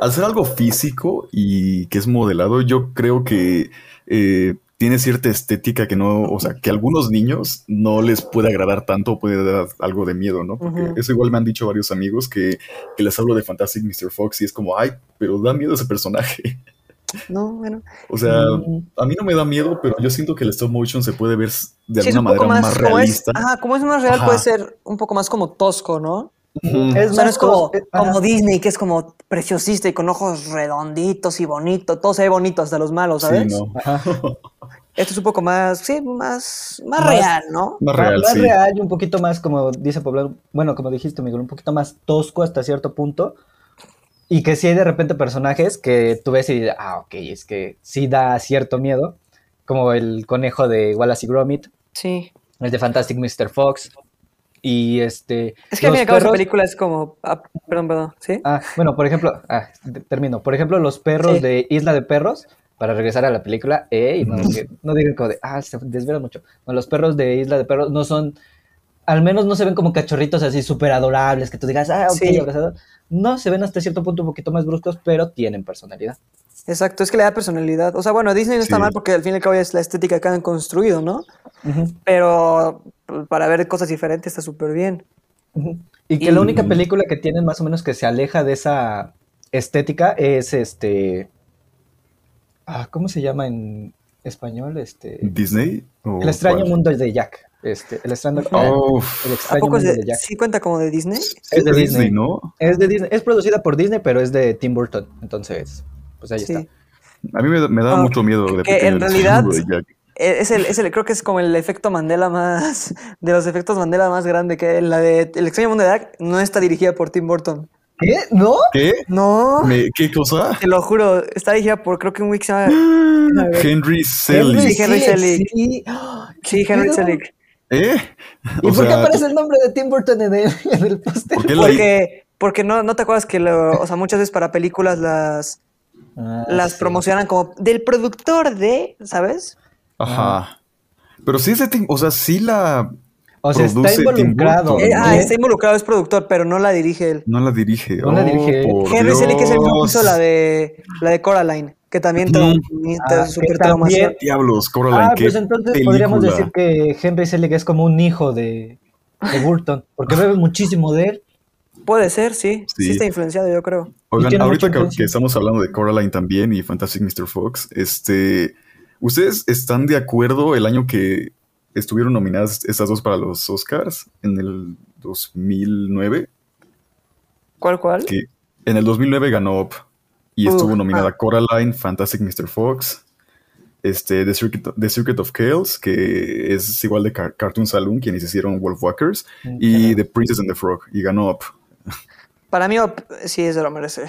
Al ser algo físico y que es modelado, yo creo que eh, tiene cierta estética que no, o sea, que a algunos niños no les puede agradar tanto, puede dar algo de miedo, ¿no? Porque Ujú. eso igual me han dicho varios amigos que, que les hablo de Fantastic Mr. Fox y es como, ay, pero da miedo ese personaje. no, bueno. O sea, mm, a mí no me da miedo, pero yo siento que el stop motion se puede ver de sí, es alguna un poco manera más, como es- realista. ajá, como es más real, Ajá. puede ser un poco más como tosco, ¿no? Ujú. O sea, no es como, cos- eh, ajá. como Disney, que es como preciosista y con ojos redonditos y bonito, todo se ve bonito, hasta los malos, ¿sabes? Ah, Sí, no. Ajá. Esto es un poco más, sí, más, más, Más- real, ¿no? Más Ma- real, más sí. real y un poquito más, como dice Poblado, bueno, como dijiste, Miguel, un poquito más tosco hasta cierto punto. Y que sí hay de repente personajes que tú ves y dices, ah, ok, es que sí da cierto miedo, como el conejo de Wallace y Gromit, Sí. el de Fantastic Mr. Fox, y este... Es que al los fin y al cabo esa perros- película es como, ah, perdón, perdón, ¿sí? Ah, bueno, por ejemplo, ah, te- termino. Por ejemplo, los perros Sí. de Isla de Perros, para regresar a la película, ey, no, que- no digan como de, ah, se desvelan mucho. No, los perros de Isla de Perros no son, al menos no se ven como cachorritos así súper adorables, que tú digas, ah, ok, Sí. abrazados. No, se ven hasta cierto punto un poquito más bruscos, pero tienen personalidad. Exacto, es que le da personalidad. O sea, bueno, Disney no está Sí. mal porque al fin y al cabo es la estética que han construido, ¿no? Ujú, Pero pues, para ver cosas diferentes está súper bien. ujú. Y que la única película que tienen más o menos que se aleja de esa estética es este... Ah, ¿cómo se llama en español? Este... ¿Disney? ¿O El extraño cuál? mundo de Jack. Este, el extraño, Oh, f- el ¿A extraño poco mundo es de, de- Jack. sí cuenta como de Disney? Es de Disney, Disney. ¿no? Es de Disney. Es producida por Disney, pero es de Tim Burton. Entonces, pues ahí Sí. está. A mí me, da- me da Ah, mucho miedo de que pequeño en el realidad- mundo de Jack. Eh, Es el, es el- creo que es como el efecto Mandela más, de los efectos Mandela más grande que la de El extraño mundo de Jack no está dirigida por Tim Burton. ¿Qué? ¿No? ¿Qué? No, ¿Me- ¿Qué cosa? te lo juro, está dirigida por creo que un wiki que se llama Henry Henry- Selick. Henry Selick. Sí. Sí, Henry Pero- Selick. ¿Eh? ¿Y O por qué sea, aparece el nombre de Tim Burton en el, en el póster? ¿por qué la- Porque, porque no, no te acuerdas que lo- o sea, muchas veces para películas las, Ah, las sí. promocionan como del productor de, ¿sabes? Ajá. Pero sí es de Tim... O sea, sí la... O sea, está produce Tim involucrado. Burton, Eh, ah, ¿no? está involucrado, es productor, pero no la dirige él. No la dirige. No la Oh, dirige. por Henry Selick es el mismo que Dios. Mm. hizo la de, la de Coraline, que también Ujú. traumita, Ah, súper que también- traumación. Diablos, Coraline, Ah, qué pues entonces película. podríamos decir que Henry Selick es como un hijo de, de Burton, porque bebe muchísimo de él. Puede ser, sí, sí. Sí. está influenciado, yo creo. Oigan, tiene ahorita mucha que, influencia. que estamos hablando de Coraline también y Fantastic Mr. Fox, este, ¿ustedes están de acuerdo el año que estuvieron nominadas estas dos para los Oscars en el 2009? ¿Cuál, cuál? Que en el 2009 ganó Up y Uh, estuvo nominada ah. Coraline, Fantastic Mr. Fox, este, The, Circuit, The Circuit of Chaos, que es igual de Car- Cartoon Saloon, quienes hicieron Wolfwalkers, y The Princess and the Frog, y ganó Up. Para mí, Op- sí, se lo merece.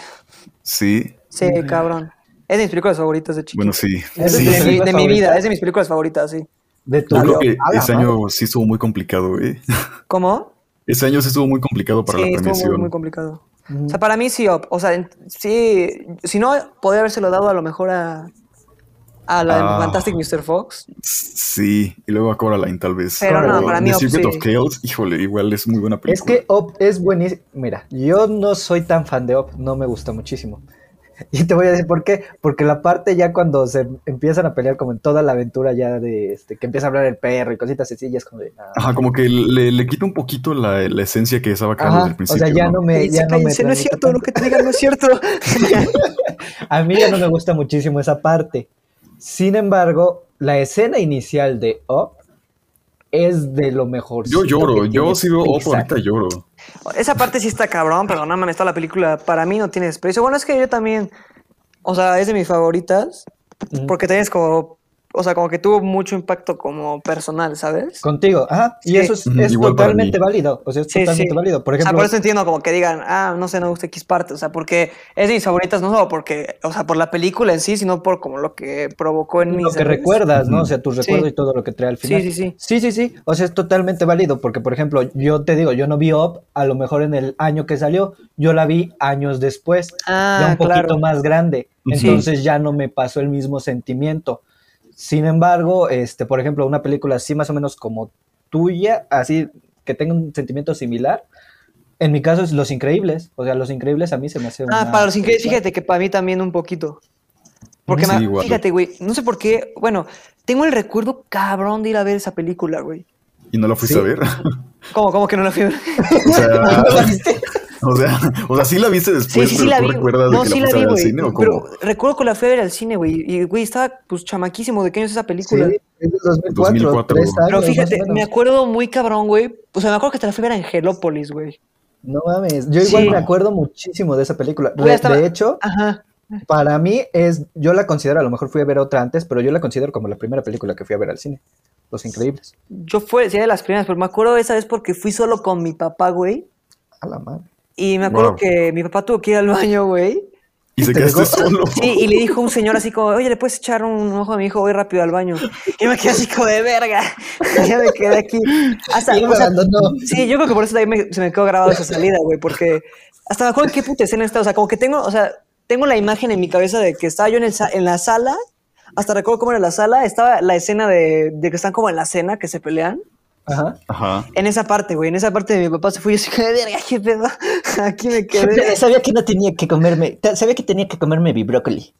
Sí, Sí, cabrón. Es de mis películas favoritas de chiquito. bueno, sí. Es de, sí. mi- de mi, ¿Películas vida, favoritas? es de mis películas favoritas, sí. De tu Yo creo vida. que A Ah, la ese madre. año sí estuvo muy complicado, ¿eh? ¿Cómo? Ese año sí estuvo muy complicado para sí, la estuvo premiación. muy, muy complicado. O sea, para mí sí, op- o sea, en- sí, si no, podría habérselo dado a lo mejor a, a la de Ah. Fantastic Mr. Fox. Sí, y luego a Coraline tal vez. Pero no, O para mí, The op, Secret sí. of Chaos, híjole, igual es muy buena película. Es que Op es buenísimo. Mira, yo no soy tan fan de Op, no me gusta muchísimo. Y te voy a decir por qué. Porque la parte ya cuando se empiezan a pelear, como en toda la aventura ya de este, que empieza a hablar el perro y cositas así, ya es como de. ah. Ajá, como que le, le quita un poquito la, la esencia que estaba Ajá, creando desde el o principio. sea, ya no, me. Cállense, Ya no, me cállense, no transmite es cierto, tanto. lo que te digan no es cierto. A mí ya no me gusta muchísimo esa parte. Sin embargo, la escena inicial de Up es de lo mejor. Yo lloro, yo sí sigo veo Oppo, ahorita lloro. Esa parte sí está cabrón, pero no mames, toda la película para mí no tiene desprecio. Bueno, es que yo también, o sea, es de mis favoritas, porque tienes como, o sea, como que tuvo mucho impacto como personal, ¿sabes? Contigo, ajá. Y Sí. eso es, Ujú, es igual para totalmente mí. válido. O sea, es totalmente válido. Por O sea, ejemplo, por eso entiendo como que digan, ah, no sé, no me gusta X parte. O sea, porque es de mis favoritas, no solo porque, o sea, por la película en sí, sino por como lo que provocó en mí. lo que ¿sabes? recuerdas, ¿no? O sea, tus Sí. recuerdos y todo lo que trae al Sí, final. sí, sí. Sí, sí, sí. O sea, es totalmente válido porque, por ejemplo, yo te digo, yo no vi Up a lo mejor en el año que salió, yo la vi años después, Ah, ya un poquito claro. más grande. Sí. Entonces ya no me pasó el mismo sentimiento. Sin embargo, este, por ejemplo, una película así más o menos como tuya, así que tenga un sentimiento similar. En mi caso es Los Increíbles. O sea, Los Increíbles a mí se me hace Ah, una para los increíbles, película- fíjate que para mí también un poquito. Porque Sí, me- igual. fíjate, güey, no sé por qué, bueno, tengo el recuerdo cabrón de ir a ver esa película, güey. ¿Y no la fuiste Sí. a ver? ¿Cómo, cómo que no la fui a ver? o sea, o sea, o sea, sí la viste Sí, después, sí, sí pero la ¿tú vi. recuerdas de No, que sí la la fuiste vi, a ver al güey. cine o Pero cómo? recuerdo que la fui a ver al cine, güey. Y, güey, estaba pues chamaquísimo. ¿De qué año es esa Sí, película? es de 2004, 2004. tres años, Pero más o fíjate, menos. me acuerdo muy cabrón, güey. O sea, me acuerdo que te la fui a ver a Angelópolis, güey. No mames, yo igual Sí. me acuerdo muchísimo de esa película. Güey, Re- hasta- De hecho, Ajá. para mí es, yo la considero, a lo mejor fui a ver otra antes, pero yo la considero como la primera película que fui a ver al cine. Los Increíbles. Yo fue, sí, de las primeras, pero me acuerdo esa vez porque fui solo con mi papá, güey. A la madre. Y me acuerdo Wow. que mi papá tuvo que ir al baño, güey. Y se ¿Te quedaste dejó? solo. Sí, y le dijo un señor así como, oye, ¿le puedes echar un ojo a mi hijo? Voy rápido al baño. Y me quedé así como de verga. ya me quedé aquí. Hasta, Y me o sea, abandonó. sí, yo creo que por eso también me- se me quedó grabado esa salida, güey, porque hasta me acuerdo en qué puta escena está. O sea, como que tengo, o sea, tengo la imagen en mi cabeza de que estaba yo en, el sa- en la sala, hasta recuerdo cómo era la sala, estaba la escena de, de que están como en la cena, que se pelean. Ajá. Ajá. En esa parte, güey, en esa parte de mi papá se fue y yo así como de verga, qué pedo. Aquí me quedé. Sabía que no tenía que comerme, ta- sabía que tenía que comerme mi brócoli.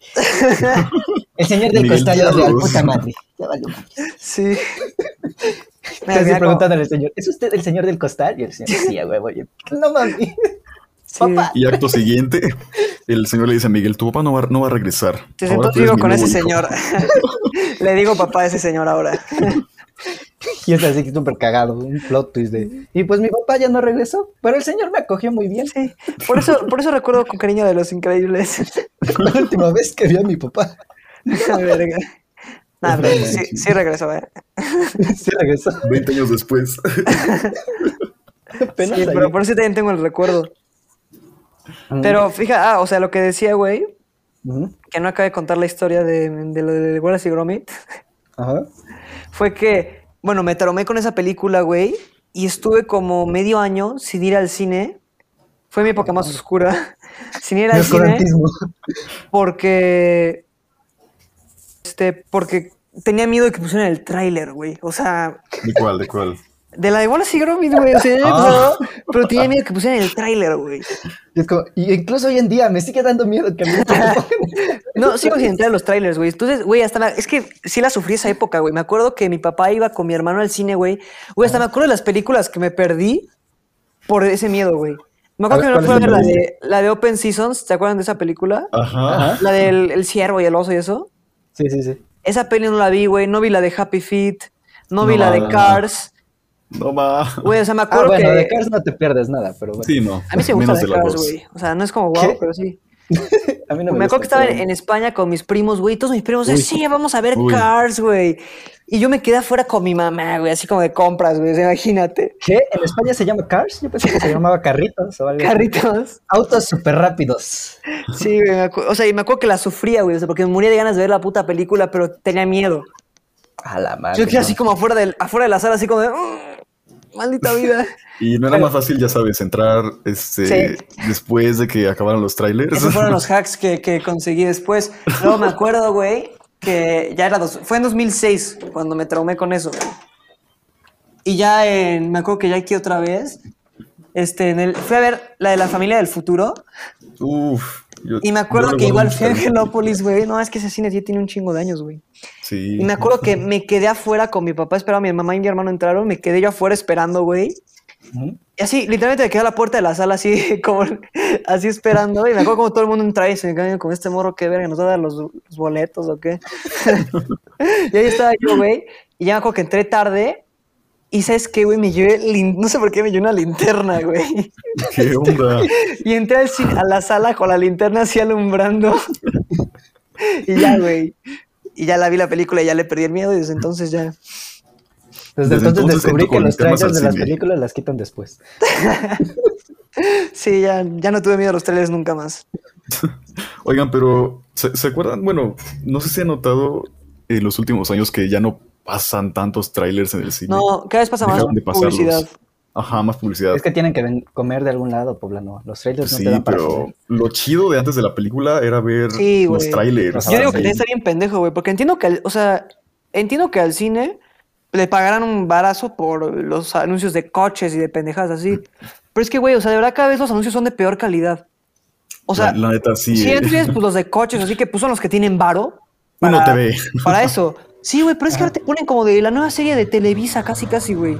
El señor del Miguel costal Diablos. real, puta madre. Ya valió madre. Sí. Me Entonces, hacía como- preguntándole al señor, ¿es usted el señor del costal? Y el señor, sí, a huevo. Y yo, No mami. sí. Papá. Y acto siguiente, el señor le dice a Miguel, tu papá no va, no va a regresar. Desde Ahora tú entonces eres vivo mi con nuevo ese hijo". señor. Le digo papá a ese señor ahora. Y es así súper cagado, un plot twist de. Y pues mi papá ya no regresó, pero el señor me acogió muy bien. Sí. Por eso, por eso recuerdo con cariño de los increíbles. La última vez que vi a mi papá, La verga. Nah, pero sí, sí regresó, ¿eh? sí regresó. 20 años después. Apenas Sí, ahí. pero por eso también tengo el recuerdo. Mm. Pero fija, ah, o sea, lo que decía, güey, Ujú, que no acabé de contar la historia de, de lo de Wallace y Gromit, Ajá. fue que, bueno, me traumé con esa película, güey, y estuve como medio año sin ir al cine. Fue mi época más oscura. Sin ir al cine. Neocorrantismo. porque este porque tenía miedo de que pusieran el tráiler, güey. O sea, ¿De cuál? ¿De cuál? de la de Wallace y Gromit, güey. O sea, ya había Ah. pasado, pero tenía miedo de que pusieran el tráiler, güey. Y es como- y incluso hoy en día me sigue dando miedo que a mí me pongan. No, sigo sin entrar a los trailers, güey. Entonces, güey, hasta la- es que sí la sufrí esa época, güey. Me acuerdo que mi papá iba con mi hermano al cine, güey. Güey, hasta me acuerdo de las películas que me perdí por ese miedo, güey. Me acuerdo A que ver, me fue a ¿cuáles ver la te de, la de Open Seasons, ¿se acuerdan de esa película? Ah. Ajá. La del el ciervo y el oso y eso. Sí, sí, sí. Esa peli no la vi, güey. No vi la de Happy Feet. No vi No, la de no, no. Cars. No va. Güey, o sea, me Ah, acuerdo bueno, que. de Cars no te pierdes nada, pero bueno. Sí, no. A mí sí me gusta Menos de de la Cars, dos. güey. O sea, no es como guau, ¿Qué? pero sí. A mí no Me, me, acuerdo gusta, que estaba pero en, en España con mis primos, güey. y Todos mis primos, Uy. sí, vamos a ver Uy. Cars, güey. Y yo me quedé afuera con mi mamá, güey, así como de compras, güey. o sea, Imagínate. ¿Qué? ¿En España se llama Cars? Yo pensé que se llamaba Carritos o algo así. Carritos. Autos súper rápidos. Sí, güey. me acu- O sea, y me acuerdo que la sufría, güey. O sea, porque me moría de ganas de ver la puta película, pero tenía miedo. A la madre. Yo quedé Ah, no. así como afuera, del, afuera de la sala, así como de. "Mm". Maldita vida. Y no era más fácil, ya sabes, entrar este, Sí. después de que acabaron los trailers. Esos fueron los hacks que, que conseguí después. Luego me acuerdo, güey, que ya era dos, fue en 2006 cuando me traumé con eso. güey. Y ya en, me acuerdo que ya aquí otra vez, este, en el, fui a ver la de la familia del futuro Uf, yo- y me yo acuerdo que recuerdo igual mucho fui a cariño. Angelópolis, güey. No, es que ese cine ya tiene un chingo de años, güey. Sí. Y me acuerdo que me quedé afuera con mi papá, esperaba, mi mamá y mi hermano entraron, me quedé yo afuera esperando, güey. Ujú. Y así, literalmente me quedé a la puerta de la sala así, como, así esperando. Y me acuerdo como todo el mundo entraba y se me quedaba con este morro que verga, nos va a dar los, los boletos o qué. y ahí estaba yo, güey. Y ya me acuerdo que entré tarde. Y sabes qué, güey, me llevé, lin- no sé por qué me llevé una linterna, güey. ¿Qué onda? Y entré al cin- a la sala con la linterna así alumbrando. y ya, güey. Y ya la vi la película y ya le perdí el miedo y desde entonces ya. Desde Desde, entonces, entonces descubrí entro que con los temas trailers de al las cine. películas las quitan después. Sí, ya, ya no tuve miedo a los trailers nunca más. Oigan, pero ¿se, se acuerdan? Bueno, no sé si han notado en los últimos años que ya no pasan tantos trailers en el cine. No, cada vez pasa más Dejaron de pasarlos. publicidad. Ajá, más publicidad. Es que tienen que ven- comer de algún lado, Poblano. Los trailers Pues no sí, te dan para pero comer. lo chido de antes de la película era ver Sí, los güey. trailers. Los Yo digo que Sí. te está bien pendejo, güey, porque entiendo que, al- o sea, entiendo que al cine le pagarán un barazo por los anuncios de coches y de pendejadas así. Pero es que, güey, o sea, de verdad cada vez los anuncios son de peor calidad. O sea, la, la neta sí. si eh. antes tienes, pues, los de coches, así que pues son los que tienen varo. Uno para- TV. Para eso. Sí, güey, pero es que ahora te ponen como de la nueva serie de Televisa, casi, casi, güey.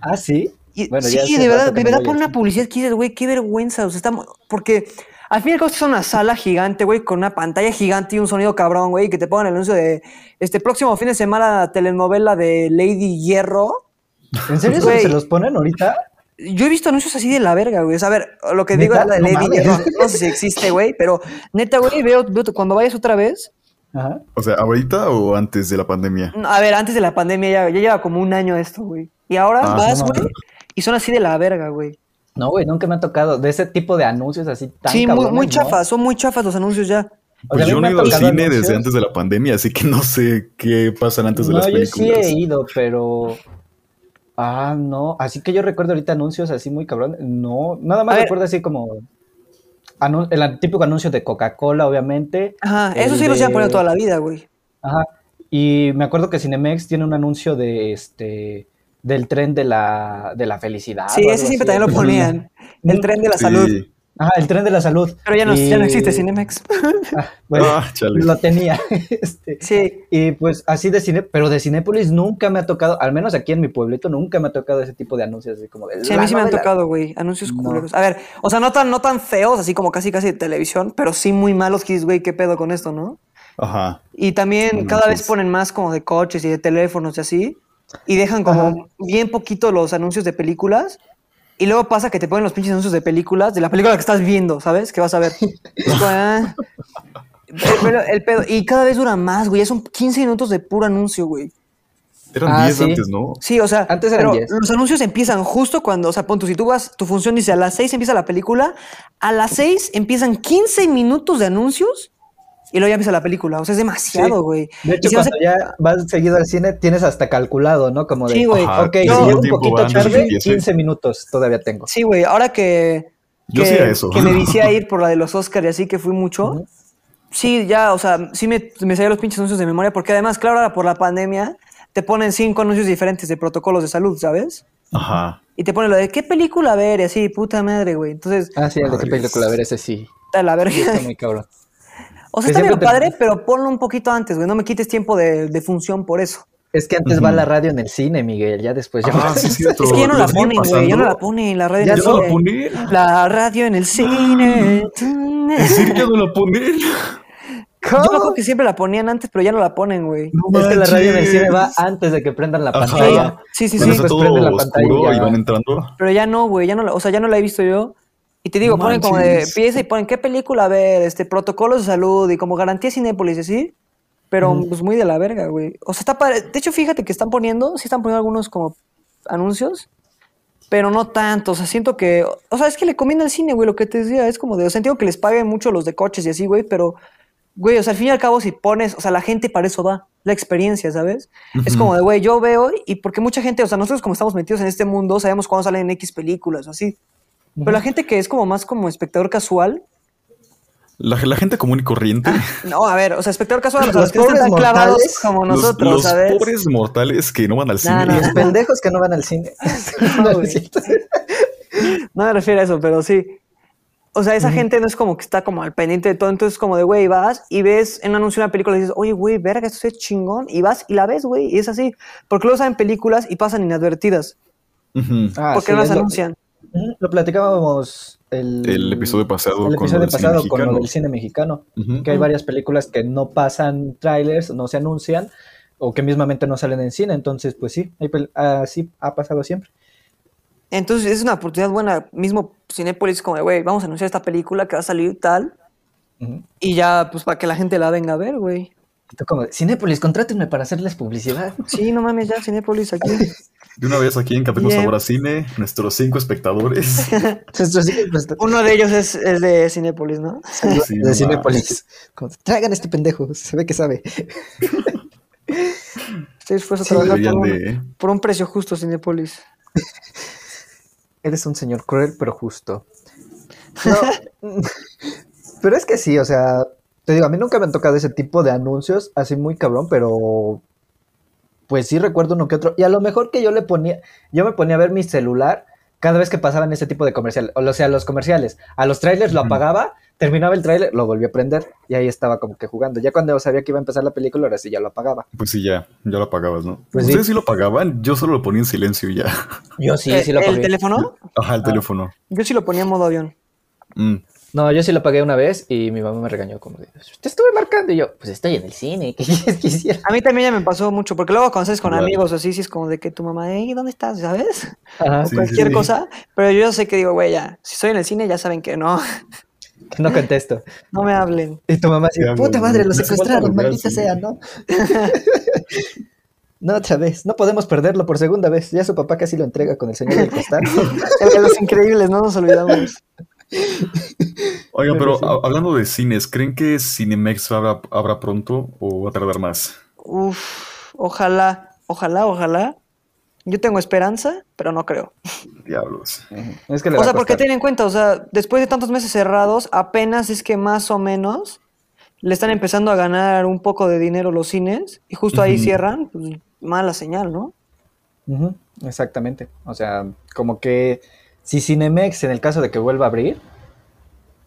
Ah, sí. Y- Bueno, ya sí, hace de verdad, rato que de no verdad voy ponen al una publicidad que dices, güey, qué vergüenza. O sea, estamos. Porque al fin y al cabo, esto es una sala gigante, güey, con una pantalla gigante y un sonido cabrón, güey, y que te pongan el anuncio de este próximo fin de semana la telenovela de Lady Hierro. cine. ¿En serio eso Güey. se los ponen ahorita? Yo he visto anuncios así de la verga, güey. O sea, a ver, lo que digo ¿Neta? es la de No Lady mames. Hierro. No sé si existe, güey, pero neta, güey, veo, veo- cuando vayas otra vez. Ajá. O sea, ¿ahorita o antes de la pandemia? A ver, antes de la pandemia ya, ya lleva como un año esto, güey. Y ahora Ah, vas, no mames. güey, y son así de la verga, güey. No, güey, nunca me ha tocado de ese tipo de anuncios así tan Sí, muy, cabrones, muy ¿no? chafas, son muy chafas los anuncios ya. O sea, Pues a mí yo no me he han ido al tocado cine desde anuncios- antes de la pandemia, así que no sé qué pasan antes de no, las yo sí películas. he ido, pero... Ah, no. Así que yo recuerdo ahorita anuncios así muy cabrón. No, nada más A ver. recuerdo así como... anu- El típico anuncio de Coca-Cola, obviamente. Ajá, El eso sí los llevan de- poniendo toda la vida, güey. Ajá. Y me acuerdo que Cinemex tiene un anuncio de este del tren de la, de la felicidad. Sí, o ese algo siempre así. también lo ponían. El tren de la salud. Sí. Ajá, el tren de la salud. Pero ya no, ya no existe Y- Cinemex. Ah, pues. bueno, Ah, chale. lo tenía. este, Sí. y pues así de cine, pero de Cinépolis nunca me ha tocado, al menos aquí en mi pueblito, nunca me ha tocado ese tipo de anuncios así como de Sí, a mí la sí me han novela. tocado, güey, anuncios No. culeros. A ver, o sea, no tan, no tan feos, así como casi casi de televisión, pero sí muy malos que dices, güey, qué pedo con esto, ¿no? Ajá. Y también No cada vez manches. ponen más como de coches y de teléfonos y así. Y dejan como bien poquito los anuncios de películas. Y luego pasa que te ponen los pinches anuncios de películas, de la película que estás viendo, ¿sabes? Que vas a ver. Es como, ah. el, pelo- el pedo. Y cada vez dura más, güey. Ya son 15 minutos de puro anuncio, güey. Eran Ah, 10 sí. antes, ¿no? Sí, o sea, Antes eran pero 10. los anuncios empiezan justo cuando, o sea, pon tú, si tú vas, tu función dice a las 6 empieza la película, a las 6 empiezan 15 minutos de anuncios y luego ya empieza la película. O sea, es demasiado, güey. De Y hecho, si vas a- cuando ya vas seguido al cine, tienes hasta calculado, ¿no? Como de, Sí, güey. ok, si Yo- llego un tiempo va poquito antes de que tarde, empiece. 15 minutos todavía tengo. Sí, güey, ahora que, Yo que, sí a eso. que me vicié a ir por la de los Oscars y así que fui mucho. Sí, ya, o sea, sí me, me salía los pinches anuncios de memoria, porque además, claro, ahora por la pandemia te ponen cinco anuncios diferentes de protocolos de salud, ¿sabes? Ajá. Y te ponen lo de qué película ver y así, puta madre, güey. Entonces, Ah, sí, el de qué Madres. película, a ver, ese sí. está la verga. Sí, Está muy cabrón. O sea, Que está medio siempre te- padre, pero ponlo un poquito antes, güey. No me quites tiempo de, de función por eso. Es que antes Ujú. va la radio en el cine, Miguel, ya después ya Ah, sí, es cierto. Es que ya no la Lo siguen ponen, güey. Ya no pasando. la ponen la radio Ya en el ¿Ya no la cine. ponen? La radio en el cine. ¿En serio ya no la ponen? Yo me acuerdo que siempre la ponían antes, pero ya no la ponen, güey. No Es que la radio en el cine va manches. antes de que prendan la Ajá. pantalla. Sí, sí, Cuando sí. está Pues todo prende la pantalla oscuro y y ya. van entrando. Pero ya no, güey. Ya no, la- o sea, ya no la he visto yo. Y te digo, No ponen como de manches. pieza y ponen qué película ver, este, protocolos de salud y como garantía Cinépolis, y así. Pero pues muy de la verga, güey. O sea, está padre. De hecho, fíjate que están poniendo, sí están poniendo algunos como anuncios, pero no tanto. O sea, siento que, o sea, es que le combina el cine, güey, lo que te decía. Es como de, o sea, entiendo que les paguen mucho los de coches y así, güey, pero Güey, o sea, al fin y al cabo, si pones, o sea, la gente para eso va, la experiencia, ¿sabes? Es Ujú. como de, güey, yo veo y porque mucha gente, o sea, nosotros como estamos metidos en este mundo, sabemos cuándo salen X películas o así. Pero la gente que es como más como espectador casual, La, la gente común y corriente, no, a ver, o sea, espectador casual, o sea, Los los que no están pobres tan clavados mortales, como los- nosotros, los, ¿sabes? pobres mortales que no van al cine. Nah, nah, Los pendejos que no van al cine. No, No, güey. es cierto. No me refiero a eso, pero sí. O sea, esa gente no es como que está como al pendiente de todo, entonces como de, güey, vas y ves en un anuncio una película y dices, oye, güey, verga, esto es chingón, y vas y la ves, güey, y es así. Porque luego salen películas y pasan inadvertidas, Ujú. Ah, sí, porque no es las lo- anuncian. Ujú, Lo platicábamos el, El episodio pasado el con episodio lo del cine pasado con lo mexicano. del cine mexicano. Ujú. Que hay varias películas que no pasan trailers, no se anuncian, o que mismamente no salen en cine. Entonces, pues sí, hay pel- así ha pasado siempre. Entonces es una oportunidad buena, mismo Cinepolis como de, güey, vamos a anunciar esta película que va a salir tal, Ujú. y ya, pues para que la gente la venga a ver, güey. Y tú como, de, Cinépolis, contrátenme para hacerles publicidad. Sí, no mames, ya Cinepolis aquí. De una vez aquí en Capítulo Bien. Sabor a Cine, nuestros cinco espectadores. Nuestros hijos, pues, Uno de ellos es, es de Cinepolis, ¿no? Sí, de no Cinépolis. Como, Traigan a este pendejo, se ve que sabe. Estoy dispuesto a Sí, trabajar Deberían por un, de... por un precio justo, Cinepolis. Eres un señor cruel pero justo. No, pero es que sí, o sea, te digo, a mí nunca me han tocado ese tipo de anuncios, así muy cabrón, pero pues sí recuerdo uno que otro. Y a lo mejor que yo le ponía, yo me ponía a ver mi celular cada vez que pasaban ese tipo de comercial, o sea, los comerciales. A los trailers lo Ujú. apagaba, terminaba el trailer, lo volví a prender y ahí estaba como que jugando. Ya cuando sabía que iba a empezar la película, ahora sí ya lo apagaba. Pues sí, ya, ya lo apagabas, ¿no? Pues sí. Ustedes sí. lo apagaban, yo solo lo ponía en silencio y ya. Yo sí, Eh, sí lo ¿El apagué. teléfono? Ajá, el teléfono. Yo sí lo ponía en modo avión. Mm. No, yo sí lo pagué una vez y mi mamá me regañó como de, te estuve marcando y yo, pues estoy en el cine, ¿qué quieres que hiciera? A mí también ya me pasó mucho, porque luego cuando sales con Igual. amigos o así, sí es como de que tu mamá, hey, ¿dónde estás? ¿Sabes? Ajá, Sí, Cualquier sí. cosa. Pero yo ya sé que digo, güey, ya, si estoy en el cine ya saben que no, que no contesto. no me hablen. Y tu mamá así, Ya, puta güey, madre, los me hace falta secuestraron, volver al maldita cine". sea, ¿no? no, otra vez, no podemos perderlo por segunda vez. Ya su papá casi lo entrega con el señor del costal. El de los increíbles, no nos olvidamos. Oigan, pero, Pero sí. ha- hablando de cines, ¿creen que Cinemex habrá, habrá pronto o va a tardar más? Uf, ojalá, ojalá, ojalá. Yo tengo esperanza, pero no creo. Diablos. es que le O va a sea, porque costar. ten en cuenta, o sea, después de tantos meses cerrados, apenas es que más o menos le están empezando a ganar un poco de dinero los cines y justo ahí Ujú. cierran, pues, mala señal, ¿no? Ujú, exactamente. O sea, como que si Cinemex, en el caso de que vuelva a abrir,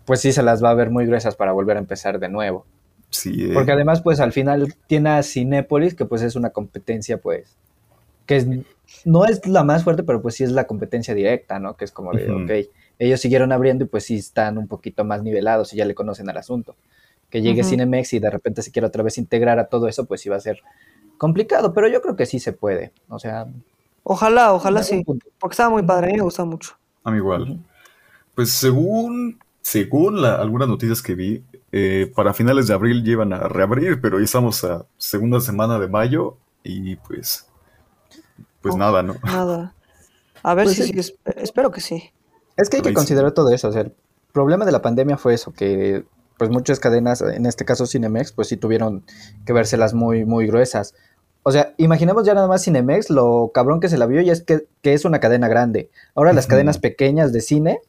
pues sí se las va a ver muy gruesas para volver a empezar de nuevo. Sí, eh. Porque además, pues al final tiene a Cinépolis, que pues es una competencia, pues, que es- no es la más fuerte, pero pues sí es la competencia directa, ¿no? Que es como de, Ujú. ok, ellos siguieron abriendo y pues sí están un poquito más nivelados y ya le conocen al asunto. Que llegue Ujú. Cinemex y de repente se quiera otra vez integrar a todo eso, pues sí va a ser complicado, pero yo creo que sí se puede. O sea, Ojalá, ojalá en algún sí, punto. porque estaba muy padre, a mí me gustaba mucho. a mí igual. Pues según, según la- algunas noticias que vi, eh, para finales de abril llevan a reabrir, pero ya estamos a segunda semana de mayo y pues, pues Oh. nada, ¿no? Nada. A ver Pues si sí. sí, esp- espero que sí. Es que hay que Ahí sí. considerar todo eso. O sea, el problema de la pandemia fue eso, que pues muchas cadenas, en este caso Cinemex, pues sí tuvieron que vérselas muy, muy gruesas. O sea, imaginemos ya nada más Cinemex, lo cabrón que se la vio y es que, que es una cadena grande. Ahora las Ujú. cadenas pequeñas de cine,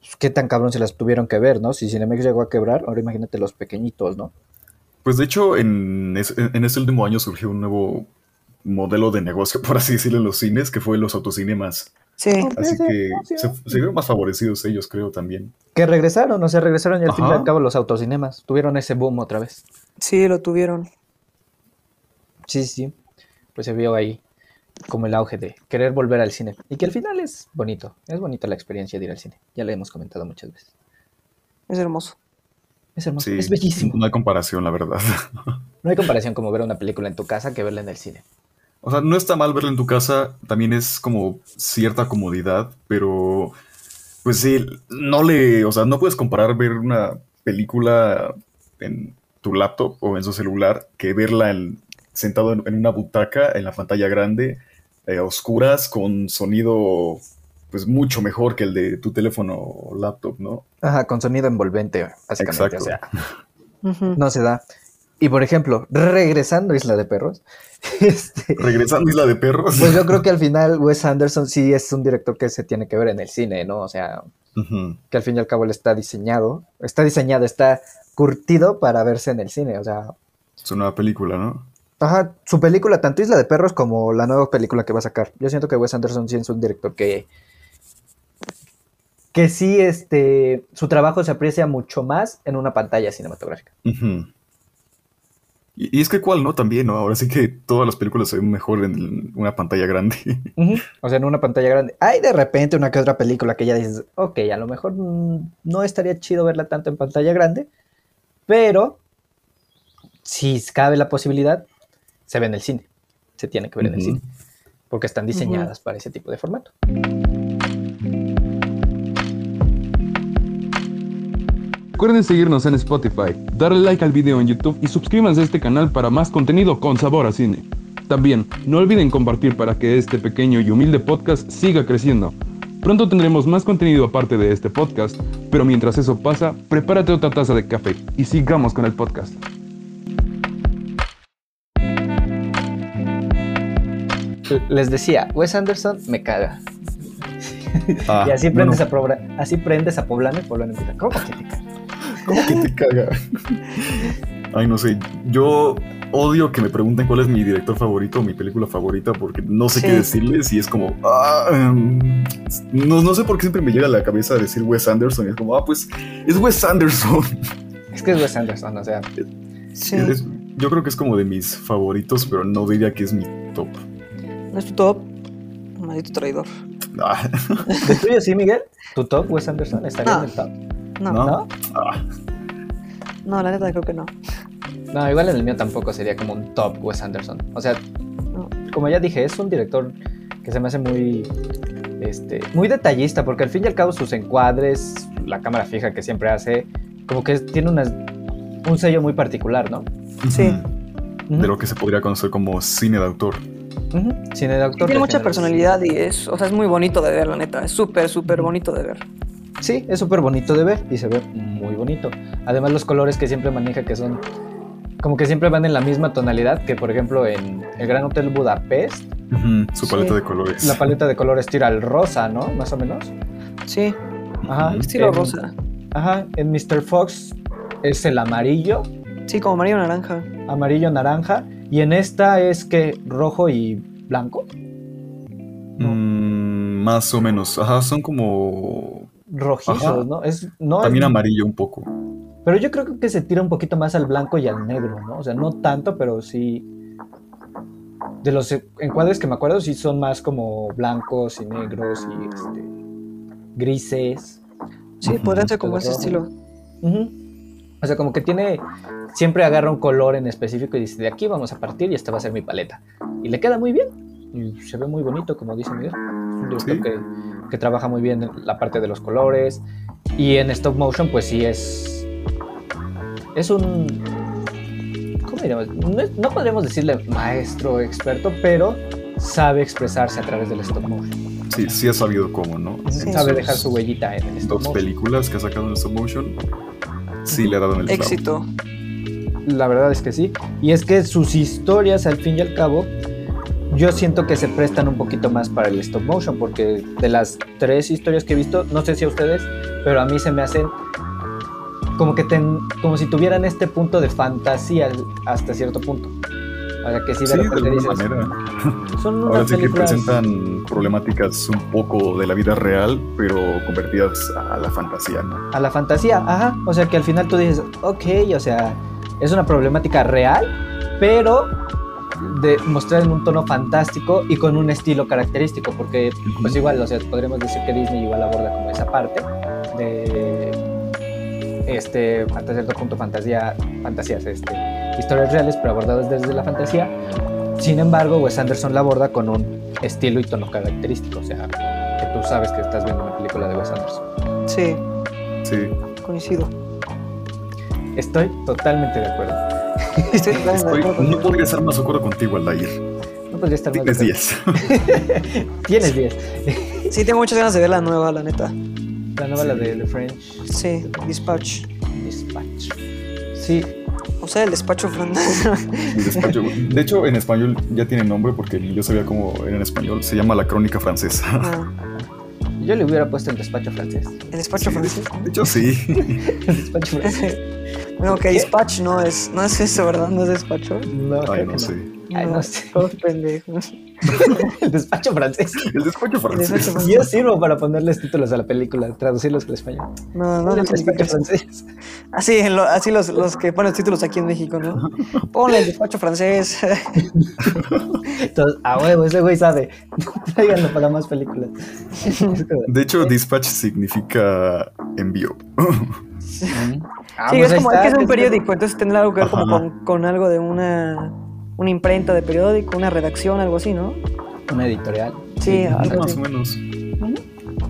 pues, qué tan cabrón se las tuvieron que ver, ¿no? Si Cinemex llegó a quebrar, ahora imagínate los pequeñitos, ¿no? Pues de hecho, en, es- en este último año surgió un nuevo modelo de negocio, por así decirlo, en los cines, que fue los autocinemas. Sí, Así Sí, sí, que sí. ah. se, se vieron más favorecidos ellos, creo, también. Que regresaron, o sea, regresaron y al fin y Ajá. al cabo los autocinemas tuvieron ese boom otra vez. sí, lo tuvieron. Sí, sí, sí. Pues se vio ahí como el auge de querer volver al cine. Y que al final es bonito. Es bonita la experiencia de ir al cine. Ya lo hemos comentado muchas veces. Es hermoso. Es hermoso. Sí, Es bellísimo. No hay comparación, la verdad. No hay comparación como ver una película en tu casa que verla en el cine. O sea, no está mal verlo en tu casa, también es como cierta comodidad, pero pues sí, no le, o sea, no puedes comparar ver una película en tu laptop o en su celular que verla en- sentado en, en una butaca, en la pantalla grande, eh, a oscuras, con sonido pues mucho mejor que el de tu teléfono o laptop, ¿no? Ajá, con sonido envolvente, básicamente. Exacto. O sea, Ujú. No se da. Y por ejemplo, regresando a Isla de Perros, este, Regresando a Isla de Perros. pues yo creo que al final Wes Anderson sí es un director que se tiene que ver en el cine, ¿no? O sea, Ujú. que al fin y al cabo él está diseñado, está diseñado, está curtido para verse en el cine. O sea, Es una nueva película, ¿no? ajá, su película, tanto Isla de Perros como la nueva película que va a sacar. Yo siento que Wes Anderson sí es un director que. que sí, este. su trabajo se aprecia mucho más en una pantalla cinematográfica. Ujú. Y, y es que cuál, ¿no? También, ¿no? Ahora sí que todas las películas se ven mejor en una pantalla grande. Ujú, O sea, en una pantalla grande. Hay de repente una que otra película que ya dices, ok, a lo mejor mm, no estaría chido verla tanto en pantalla grande, pero si cabe la posibilidad, se ve en el cine. Se tiene que ver en el Ujú. cine, porque están diseñadas para ese tipo de formato. Recuerden seguirnos en Spotify, darle like al video en YouTube y suscríbanse a este canal para más contenido con sabor a cine. También, no olviden compartir para que este pequeño y humilde podcast siga creciendo. Pronto tendremos más contenido aparte de este podcast, pero mientras eso pasa, prepárate otra taza de café y sigamos con el podcast. Les decía, Wes Anderson me caga. Ah, y así bueno, prendes, a, Pobla- así prendes a Poblano y Poblano empieza, ¿cómo que te caga? ¿Cómo que te caga? Ay, no sé. Yo odio que me pregunten cuál es mi director favorito o mi película favorita porque no sé Sí. qué decirles y es como. ah, em, no, no sé por qué siempre me llega a la cabeza decir Wes Anderson y es como, ah, pues es Wes Anderson. Es que es Wes Anderson, o sea, Sí. Es- yo creo que es como de mis favoritos, pero no diría que es mi top. ¿No es tu top? Maldito traidor. Ah, ¿de tuyo sí, Miguel? ¿Tu top, Wes Anderson? ¿Estaría No. en el top? No, ¿No? no, ¿No? ah, la neta creo que no. No, igual en el mío tampoco sería como un top Wes Anderson. O sea, No. como ya dije, es un director que se me hace muy, este, muy detallista, porque al fin y al cabo sus encuadres, la cámara fija que siempre hace, como que tiene unas- un sello muy particular, ¿no? Sí. Ujú, De lo que se podría conocer como cine de autor. ujú, Cine de autor. Tiene de mucha género. personalidad y es, o sea, es muy bonito de ver, la neta. Es súper, súper bonito de ver. Sí, es súper bonito de ver y se ve muy bonito. Además los colores que siempre maneja que son como que siempre van en la misma tonalidad que por ejemplo en el Gran Hotel Budapest Ujú, Su Sí. paleta de colores. la paleta de colores tira al rosa, ¿no? Más o menos. Sí, Ajá. Ujú. estilo en- rosa. Ajá, en Mr. Fox es el amarillo, Sí, como amarillo naranja. amarillo naranja, y en esta es que rojo y blanco, Mm, más o menos. Ajá, son como. rojizos, Ajá. ¿no? Es no También es- amarillo un poco. pero yo creo que se tira un poquito más al blanco y al negro, ¿no? O sea, no tanto, pero sí de los encuadres que me acuerdo sí son más como blancos y negros y este, grises. Sí, Ujú, podría ser como pero ese rojo. estilo. Ujú. O sea, como que tiene. Siempre agarra un color en específico y dice: De aquí vamos a partir y esta va a ser mi paleta. Y le queda muy bien. Y se ve muy bonito, como dice Miguel. Es un director Sí. que, que trabaja muy bien la parte de los colores. Y en stop motion, pues sí es. Es un. ¿Cómo diríamos? No, es- no podríamos decirle maestro experto, pero sabe expresarse a través del stop motion. Sí, sí ha sabido cómo, ¿no? En Sabe sus dejar su huellita en el stop Dos motion. películas que ha sacado en stop motion. Sí, le ha dado en el clavo. Éxito. La verdad es que sí. Y es que sus historias, al fin y al cabo, yo siento que se prestan un poquito más para el stop motion, porque de las tres historias que he visto, no sé si a ustedes, pero a mí se me hacen como que ten- como si tuvieran este punto de fantasía al- hasta cierto punto. O sea, que si de Sí, de repente alguna dices, manera. son unas Ahora sí que películas- presentan problemáticas un poco de la vida real, pero convertidas a la fantasía, ¿no? a la fantasía, ajá. O sea que al final tú dices, ok, o sea, es una problemática real, pero de mostrar en un tono fantástico y con un estilo característico, porque pues igual, o sea, podríamos decir que Disney igual aborda como esa parte de este hasta cierto punto fantasía, fantasías, este, historias reales, pero abordadas desde la fantasía. Sin embargo, Wes Anderson la aborda con un estilo y tono característico, o sea, que tú sabes que estás viendo una película de Wes Anderson. Sí, Sí. coincido. Estoy totalmente de acuerdo. Estoy totalmente de Estoy- acuerdo. no podría estar más de acuerdo contigo, Aldair. No podría estar más de Tienes acuerdo. 10. Tienes 10. Sí, tengo muchas ganas de ver la nueva, la neta. La novela de The French Sí, Dispatch. Dispatch. Sí, O sea, el despacho Fernández. El despacho- De hecho, en español ya tiene nombre porque yo sabía cómo era en español. Se llama La Crónica Francesa. Ah, yo le hubiera puesto el despacho francés. el despacho francés. De hecho, sí. El despacho francés. No, que dispatch no es, no es eso, ¿verdad? No es despacho. No, creo Ay, que no no. sé. Ay, no sé. todo pendejo. El despacho francés. El despacho francés. despacho Yo sirvo para ponerles títulos a la película, traducirlos al español. No, no, no. el te despacho digas. francés. Así, en lo- así los, los que ponen títulos aquí en México, ¿no? Ponle el despacho francés. Entonces, a huevo, ese güey sabe. Tráiganlo para más películas. "Mm". De hecho, dispatch significa envío. Ah, sí, pues es ahí como está, que es un desde- periódico, entonces tendrá algo que ver como Ajá. con, con algo de una, una imprenta de periódico, una redacción, algo así, ¿no? Una editorial. Ah, Sí, algo Más así. o menos.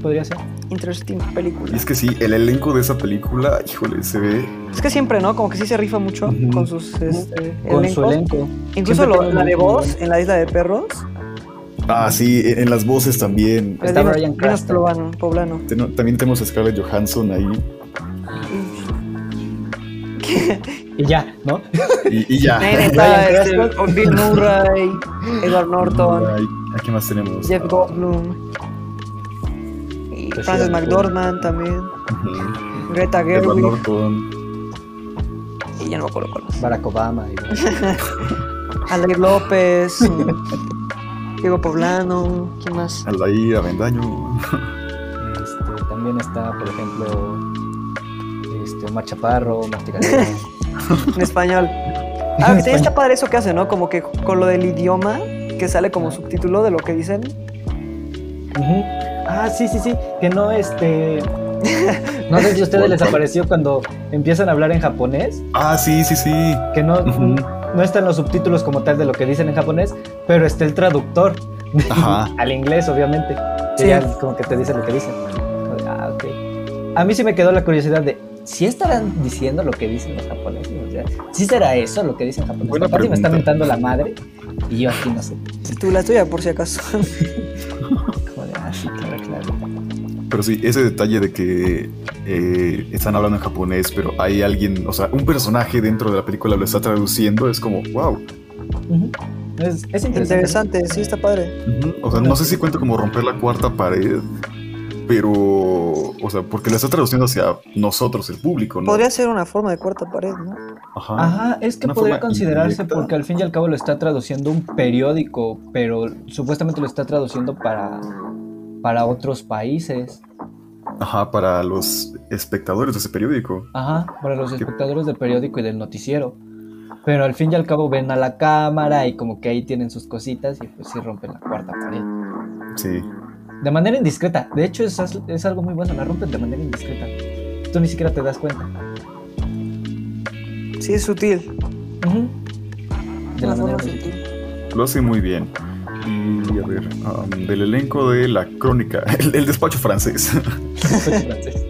Podría ser. Interesting película. Y es que sí, el elenco de esa película, híjole, se ve. Es que siempre, ¿no? Como que sí se rifa mucho Ujú. con sus este, Con su elencos. elenco. Incluso Siempre lo- tiene la un de elenco muy voz en la isla de perros. Ah, sí, en en las voces también. Está Dinos- Bryan dinos Cranston. poblano, poblano. Ten- También tenemos a Scarlett Johansson ahí. Ah. Y ya, ¿no? Y, y ya. Ahí está, este, Bill Murray, Edward Norton, Ay, ¿A quién más tenemos? Jeff Ah, Goldblum. Y Pues sí, Frances sí. McDormand también. Ah, ujú. Greta Edward Gerwig. Norton. Y ya no me acuerdo cuál más. Barack Obama. y- Alex López. mm, Diego Poblano. ¿Quién más? Alaí Avendaño. Este, también está, por ejemplo, este, Omar Chaparro, Martí Gareda. En español. Ah, que también está padre eso que hace, ¿no? Como que con lo del idioma, que sale como subtítulo de lo que dicen. Ujú. Ah, sí, sí, sí. Que no, este. No sé si a ustedes ¿Cuál, les cuál? apareció cuando empiezan a hablar en japonés, Ah, sí, sí, sí. que no, Ujú. no están los subtítulos como tal de lo que dicen en japonés, pero está el traductor Ajá. al inglés, obviamente. Que Sí. ya como que te dice lo que dicen. Ah, ok. A mí sí me quedó la curiosidad de si estarán diciendo lo que dicen los japoneses. O sea, ¿sí será eso lo que dicen en japonés? Buena Capaz si me está pregunta. mentando la madre y yo aquí no sé. Tú la tuya, por si acaso. Como de, ah, sí, claro, claro. Pero sí, ese detalle de que eh, están hablando en japonés, pero hay alguien, o sea, un personaje dentro de la película lo está traduciendo, es como, wow. Ujú. Es, es interesante. Interesante, sí, está padre. O sea, no sé si cuenta como romper la cuarta pared, pero, o sea, porque lo está traduciendo hacia nosotros, el público, ¿no? Podría ser una forma de cuarta pared, ¿no? Ajá. Ajá, es que Una podría forma considerarse indirecta. porque al fin y al cabo lo está traduciendo un periódico, pero supuestamente lo está traduciendo para, para otros países. Ajá, para los espectadores de ese periódico. Ajá, para los espectadores del periódico y del noticiero. Pero al fin y al cabo ven a la cámara y como que ahí tienen sus cositas y pues sí rompen la cuarta pared. Sí. De manera indiscreta. De hecho es, es algo muy bueno, la rompen de manera indiscreta. Tú ni siquiera te das cuenta. Sí, es sutil. Ujú. De la manera Una forma positiva. sutil. Lo hace muy bien. Y a ver, am, del elenco de la crónica, el, el despacho francés. francés.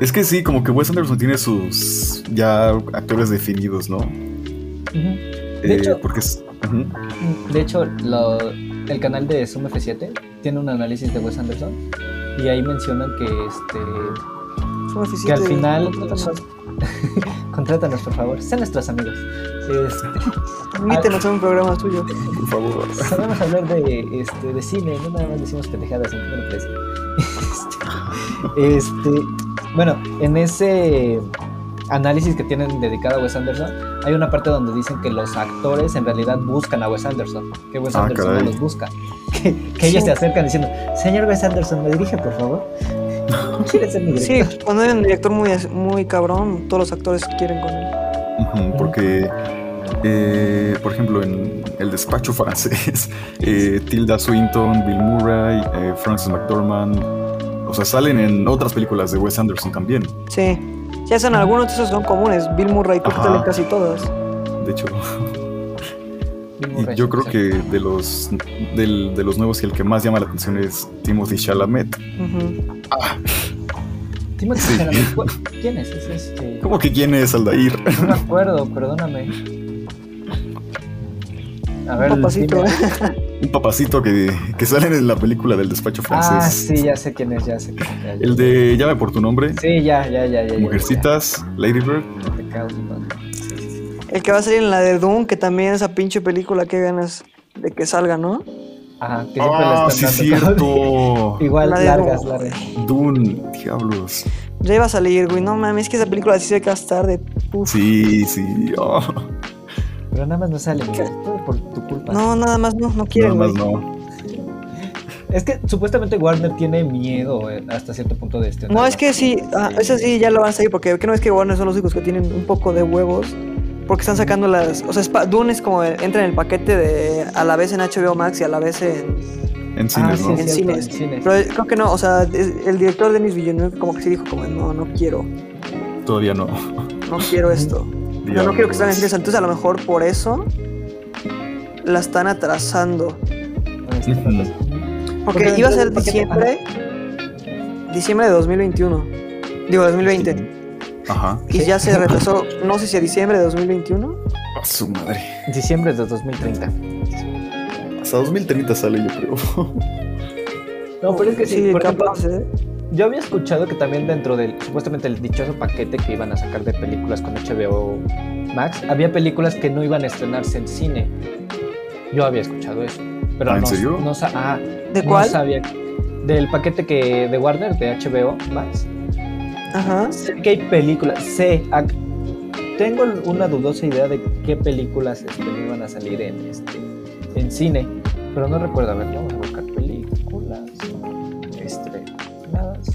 es que sí, como que Wes Anderson tiene sus ya actores definidos, ¿no? Eh, Ujú. De hecho- porque es. ujú. De hecho, lo- el canal de Zoom F7 tiene un análisis de Wes Anderson y ahí mencionan que este Es un que oficial al de- final Contrátanos. contrátanos por favor, sean nuestros amigos. Este, Invítenos a un programa tuyo. Por favor. sabemos hablar de este de cine, no nada más decimos pendejadas en primer precio. Este, este, bueno, en ese análisis que tienen dedicado a Wes Anderson, hay una parte donde dicen que los actores en realidad buscan a Wes Anderson, que Wes Ah, Anderson caray. no los busca, que, que ellos Sí. se acercan diciendo, señor Wes Anderson, me dirige por favor. ¿Quiere ser mi Sí, director? cuando hay un director muy, muy cabrón, todos los actores quieren con él. Ujú, Porque, eh, por ejemplo, en el despacho francés, eh, Tilda Swinton, Bill Murray, eh, Frances McDormand, o sea, salen en otras películas de Wes Anderson también. Sí. Ya son algunos de esos son comunes. Bill Murray, creo que Ajá. sale en casi todas. De hecho, Bill y Murray, yo creo sí. que de los, del- de los nuevos y el que más llama la atención es Timothy Chalamet. Ujú. Timothy Sí. Chalamet, ¿cu- ¿Quién es? Es este... ¿Cómo que quién es Aldair? No me acuerdo, perdóname. A ver, Papacito. ¿eh? dime. Un papacito que, que sale en la película del despacho francés. Ah, sí, ya sé quién es, ya sé quién es. ya, ya. El de Llame por tu nombre, Sí, ya, ya, ya, ya. ya, Mujercitas, Lady Bird. ya, ya, te cago, ¿no? Sí, sí, sí. El que va a salir en la de Doom, que también esa pinche película que ganas de que salga, ¿no? Ajá, que siempre Ah, la sí, están dando. cierto. Igual, La de largas, Doom. largas. Dune, diablos. Ya iba a salir, güey. No mames, es que esa película sí se castar de Uf. Sí, sí. oh, Pero nada más no sale, mira, todo por tu culpa. No, nada más no, no quiere, nada más güey. no. Es que supuestamente Warner tiene miedo eh, hasta cierto punto de este. No, es que sí, ah, esa sí ya lo van a salir porque que no es que Warner son los únicos que tienen un poco de huevos porque están sacando las, o sea, Spa- Dune es como el- entra en el paquete de a la vez en HBO Max y a la vez en, En cines, Ah, sí, ¿no? en cierto, cines. en cines. Pero eh, creo que no, o sea, es- el director Denis Villeneuve como que sí dijo como no, no quiero, Todavía no. no quiero esto. O sea, no quiero que salgan en cines. Entonces a lo mejor por eso la están atrasando. Porque Porque iba a ser entonces, diciembre, diciembre de 2021. Digo, 2020. Ajá. Y ya se retrasó, no sé si a diciembre de 2021. A su madre. Diciembre de 2030. Hasta 2030 sale, yo creo. No, pero es que sí, por ejemplo, capaz, ¿eh? yo había escuchado que también dentro del supuestamente el dichoso paquete que iban a sacar de películas con HBO Max, había películas que no iban a estrenarse en cine. Yo había escuchado eso. Pero ¿Ah, en no, serio? no sa- ah, ¿De no cuál? sabía. Del paquete que de Warner, de HBO Max. Ajá. Sé que hay películas. Sé. ac- tengo una dudosa idea de qué películas este, no iban a salir en, este, en cine. Pero no recuerdo. A ver, vamos a buscar películas. este, Estrenadas.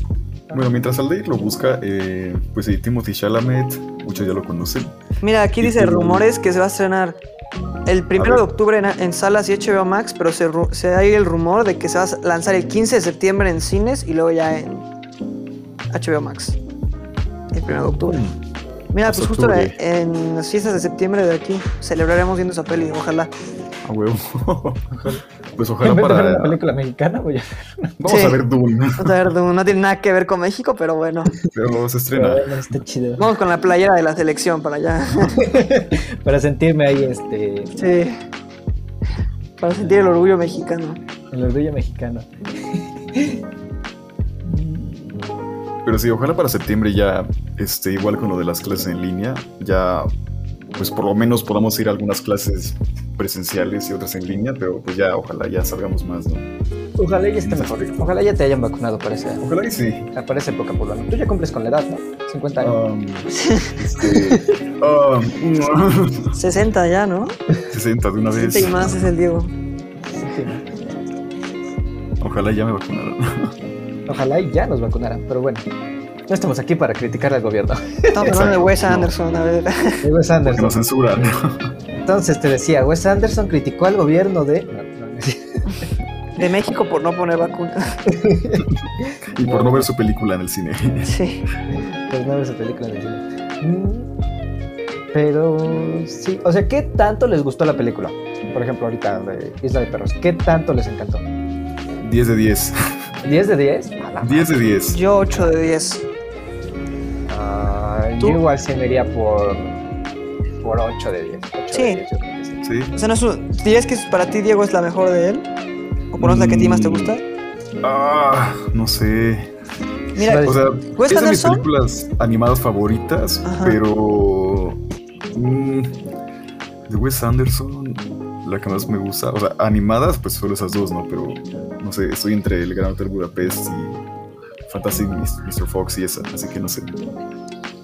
Bueno, mientras Aldair lo busca, eh, pues sí, Timothy Chalamet, muchos ya lo conocen. Mira, aquí Y dice tiene- rumores que se va a estrenar el primero de octubre en, en salas y HBO Max, pero se, ru- se hay el rumor de que se va a lanzar el 15 de septiembre en cines y luego ya en HBO Max. El primero de octubre. Mira, Hasta pues justo Mm, octubre. en las fiestas de septiembre de aquí celebraremos viendo esa peli, ojalá. A huevo. pues En ojalá vez de ver para. una película mexicana, voy a Vamos a Sí. ver Dune, No, tiene- no tiene nada que ver con México, pero bueno. pero luego se estrena. ver. Está chido. Vamos con la playera de la selección para allá. Para sentirme ahí este, Sí. Para sentir el orgullo mexicano. el orgullo mexicano. Pero sí, ojalá para septiembre ya, este, igual con lo de las clases en línea, ya, pues por lo menos podamos ir a algunas clases presenciales y otras en línea, pero pues ya, ojalá ya salgamos más, ¿no? Ojalá ya esté mejor. Ojalá ya te hayan vacunado para esa, Ojalá y sí. para esa época, por lo menos. Tú ya cumples con la edad, ¿no? 50 años. Um, este, um, 60 ya, ¿no? 60 de una 60 y vez. más es el Diego. Sí, sí. Ojalá ya me vacunaron. Ojalá y ya nos vacunaran, pero bueno. No estamos aquí para criticar al gobierno. Estamos hablando de Wes no. Anderson, a ver. De Wes Que nos Anderson. censuran. Entonces te decía, Wes Anderson criticó al gobierno de. No, no, no. De México por no poner vacuna. Y por no ver su película en el cine. Sí. Pues no esa película en el cine. Mm, Pero sí, o sea, ¿qué tanto les gustó la película? Por ejemplo, ahorita de Isla de Perros, ¿qué tanto les encantó? 10 de 10. ¿10 de 10? A la 10 de 10. Yo 8 de 10. Ah, ¿Tú? yo igual sí me iría por, por 8 de 10. ocho Sí. de 10, yo creo que sí. Sí. O sea, no es un... ¿Dirías que para ti Diego es la mejor de él? ¿O por no es la que a ti más Mm. te gusta? Ah, no sé. Mira, O sea, Wes es de mis Anderson. películas animadas favoritas, Ajá. pero. mm, de Wes Anderson, la que más me gusta. O sea, animadas, pues solo esas dos, ¿no? Pero no sé, estoy entre el Gran Hotel Budapest y Fantastic Mis- Mr. Fox y esa, así que no sé.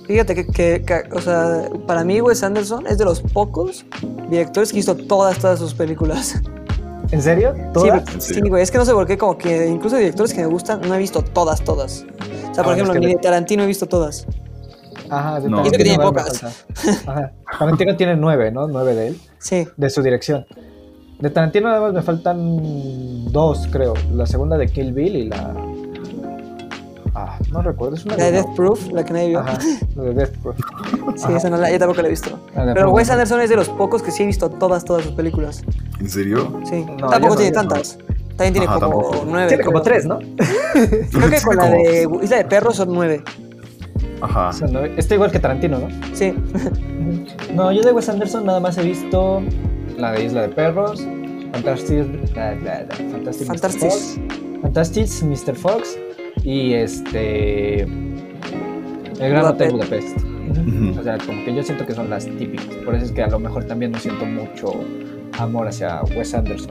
fíjate que, que- que- o sea, para mí Wes Anderson es de los pocos directores que hizo todas, todas sus películas. ¿En serio? ¿Todas? Sí, ¿En Sí, serio? güey, es que no sé por qué, como que incluso directores que me gustan, no he visto todas, todas. O sea, por Ah, ejemplo, es que ni no- de Tarantino he visto todas. Ajá, de No. Tarantino Eso que tiene igual me pocas. falta. Ajá. Tarantino tiene 9, ¿no? 9 de él. Sí. de su dirección. De Tarantino nada más me faltan dos, creo. La segunda de Kill Bill y la... Ah, no recuerdo. Es una La de de Death Proof, la que nadie vio. Ajá, la de Death Proof. Sí, Ajá. esa no la, yo tampoco la he visto. La de Pero Proof. Wes Anderson es de los pocos que sí he visto todas, todas sus películas. ¿En serio? Sí. No, yo tampoco no, tiene yo no. tantas. También tiene Ajá, como tampoco. nueve. Tiene como creo. tres, ¿no? Creo que con la Como- de Isla de Perros son nueve. Ajá. Son nueve. Está igual que Tarantino, ¿no? Sí. No, yo de Wes Anderson nada más he visto la de Isla de Perros, Fantastic, la- la- la- Fantastic, Mr. Fox, Fantastic. Fantastic Mr. Fox y este El Gran Hotel Budapest. Ujú. O sea, como que yo siento que son las típicas. Por eso es que a lo mejor también no siento mucho amor hacia Wes Anderson.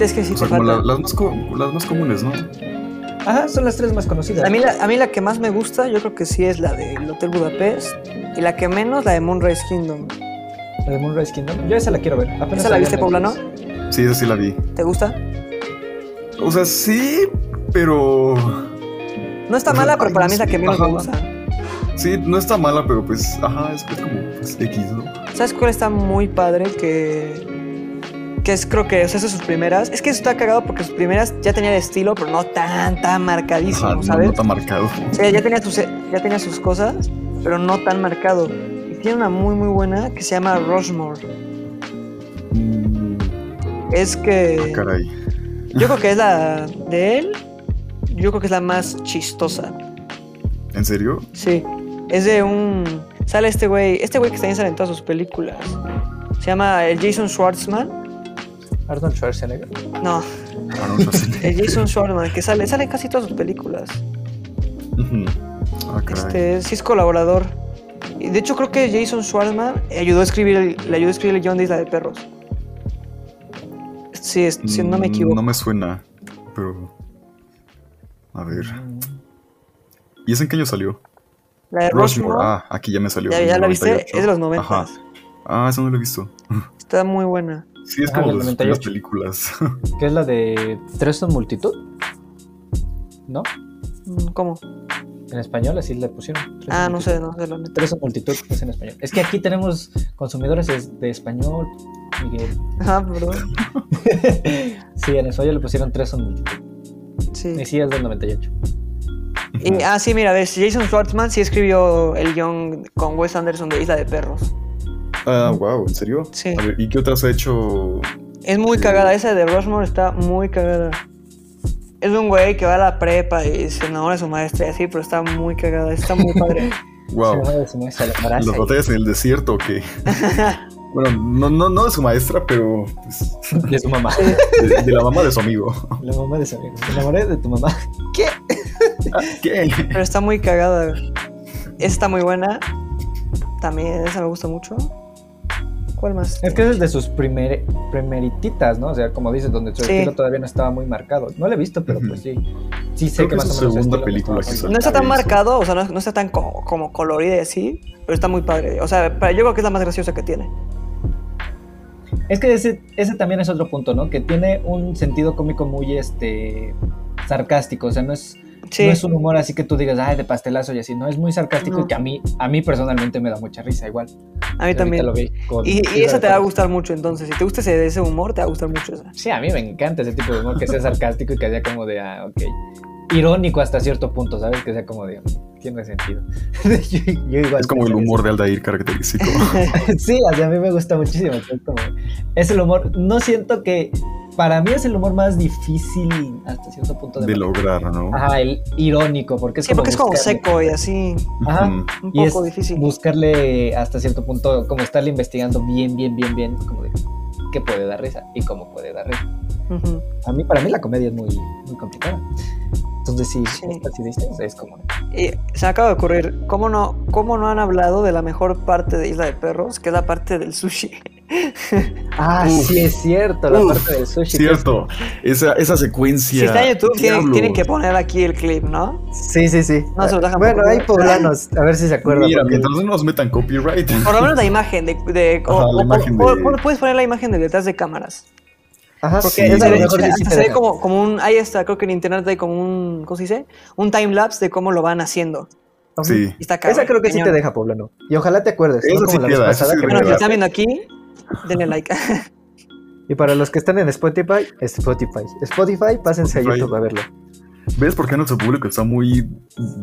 Es que sí O te sea, como falta. la- las, más co- las más comunes, ¿no? Ajá, son las tres más conocidas. A mí, la, a mí la que más me gusta, yo creo que sí es la del Hotel Budapest. Y la que menos, la de Moonrise Kingdom. La de Moonrise Kingdom. Yo esa la quiero ver. Apenas ¿Esa la salió viste, en Paula, no? Netflix. Sí, esa sí la vi. ¿Te gusta? O sea, sí, pero... No está Ajá, mala, pero ay, para mí es la sí, que menos ajá. me gusta. Sí, no está mala, pero pues... Ajá, es, es como pues, X, ¿no? ¿Sabes cuál está muy padre? Que, que es, creo que, o sea, esas sus primeras. Es que está cagado porque sus primeras ya tenía de estilo, pero no tan, tan Ajá, marcadísimo, no, no ¿sabes? está marcado. O sea, ya tenía, sus, ya tenía sus cosas, pero no tan marcado. Y tiene una muy, muy buena que se llama Rushmore. Mm, Es que. ah, caray. Yo creo que es la de él. Yo creo que es la más chistosa. ¿En serio? Sí. Es de un. Sale este güey. Este güey que está sale en todas sus películas. Se llama el Jason Schwartzman. Arnold Schwarzenegger. No, Arnold Schwarzenegger. el Jason Schwartzman, que sale, sale en casi todas sus películas. Ujú. Ah, caray. Este, sí es colaborador. Y de hecho creo que Jason Schwartzman ayudó a escribir el- le ayudó a escribir el guión de Isla de Perros. Sí, es- si no me Mm, equivoco. No me suena, pero... A ver. ¿Y ese en qué año salió? La de Rushmore. Rushmore, Ah, aquí ya me salió. ¿Ya- en ya el la viste? 98. Es de los 90. Ajá. Ah, eso no lo he visto. está muy buena. Sí, es Ajá, como del las, las 98. películas. Que es la de Tres son multitud. ¿No? Mm, ¿Cómo? En español así le pusieron. Tres son Ah, no multitud. sé, no sé la neta. Tres son multitud es en español. Es que aquí tenemos consumidores es- de español, Miguel. Ah, perdón. sí, en español le pusieron tres son multitud. Sí. Y sí, es del 98. Y- ah, sí, mira, a ver, Jason Schwartzman sí escribió el guión con Wes Anderson de Isla de Perros. ah, wow, ¿en serio? Sí. A ver, ¿y qué otras ha hecho? Es muy Sí. cagada, esa de Rushmore está muy cagada. Es un güey que va a la prepa y se enamora de su maestra y así, pero está muy cagada, está muy padre. Wow. Se me- se me- se le embaraza Las y- batallas en el desierto, que. bueno, no, no, no de su maestra, pero. pues, De su mamá. de, de la mamá de su amigo. La mamá de su amigo. Me enamoré de tu mamá. ¿Qué? pero está muy cagada. Esa está muy buena. También esa me gusta mucho. ¿Cuál más? Es que es el de sus primer, primerititas, ¿no? O sea, como dices, donde su Sí. estilo todavía no estaba muy marcado. No lo he visto, pero pues sí. Sí sé Creo que más es o su menos. el segunda estilo película estaba que muy No está tan Cabeza. marcado, o sea, no, no está tan como, como colorido y así, pero está muy padre. O sea, para- yo creo que es la más graciosa que tiene. Es que ese, ese también es otro punto, ¿no? Que tiene un sentido cómico muy este sarcástico, o sea, no es, Sí. no es un humor así que tú digas, ay, de pastelazo y así, no, es muy sarcástico No. y que a mí, a mí personalmente me da mucha risa igual. A mí Ahorita también. lo vi con Y, Isla y de esa te va a Perros. gustar mucho, entonces. Si te gusta ese, ese humor, te va a gustar mucho esa. Sí, a mí me encanta ese tipo de humor que sea sarcástico y que sea como de, ah, ok, irónico hasta cierto punto, ¿sabes? Que sea como de, tiene sentido. Yo- yo igual Es como el pienso eso. humor de Aldair característico. Sí, o sea, a mí me gusta muchísimo. Es, como- es el humor, no siento que, para mí es el humor más difícil hasta cierto punto de, de manejar. lograr, ¿no? Ajá, el irónico, porque es Sí, como porque es como buscarle- seco y así, Ajá. Ujú. un Y es poco difícil. buscarle hasta cierto punto, como estarle investigando bien, bien, bien, bien, como de qué puede dar risa y cómo puede dar risa. Ujú. A mí, para mí la comedia es muy, muy complicada. Entonces sí, Sí. esta sí dices, es como... Y se me acaba de ocurrir, ¿cómo no, ¿cómo no han hablado de la mejor parte de Isla de Perros, que es la parte del sushi? Ah, Uf. sí es cierto, la Uf, parte del sushi. que es- Cierto. Esa, esa secuencia. si está en YouTube, tienen, Diablo. tienen que poner aquí el clip, ¿no? Sí, sí, sí. No se lo dejan bueno, por- hay poblanos, a ver si se acuerdan. Mira, porque- mientras no nos metan copyright. Por lo menos la imagen de... de- o- Ajá, la o- imagen o- de- o puedes poner la imagen de detrás de cámaras. Ajá, Porque Sí, es esa a lo la sí, mejor sí, derecha, sí te se ve dejan. como, como un... Ahí está, creo que en internet hay como un... ¿Cómo se dice? Un timelapse de cómo lo van haciendo. Sí. Y está Esa creo que sí cañón. te deja, poblano. Y ojalá te acuerdes. Eso ¿no? sí Como la queda, vez eso pasada sí que me Bueno, si lo queda. están viendo aquí, denle like. Y para los que están en Spotify, Spotify. Spotify, pásense a Spotify. YouTube a verlo. ¿Ves por qué nuestro público está muy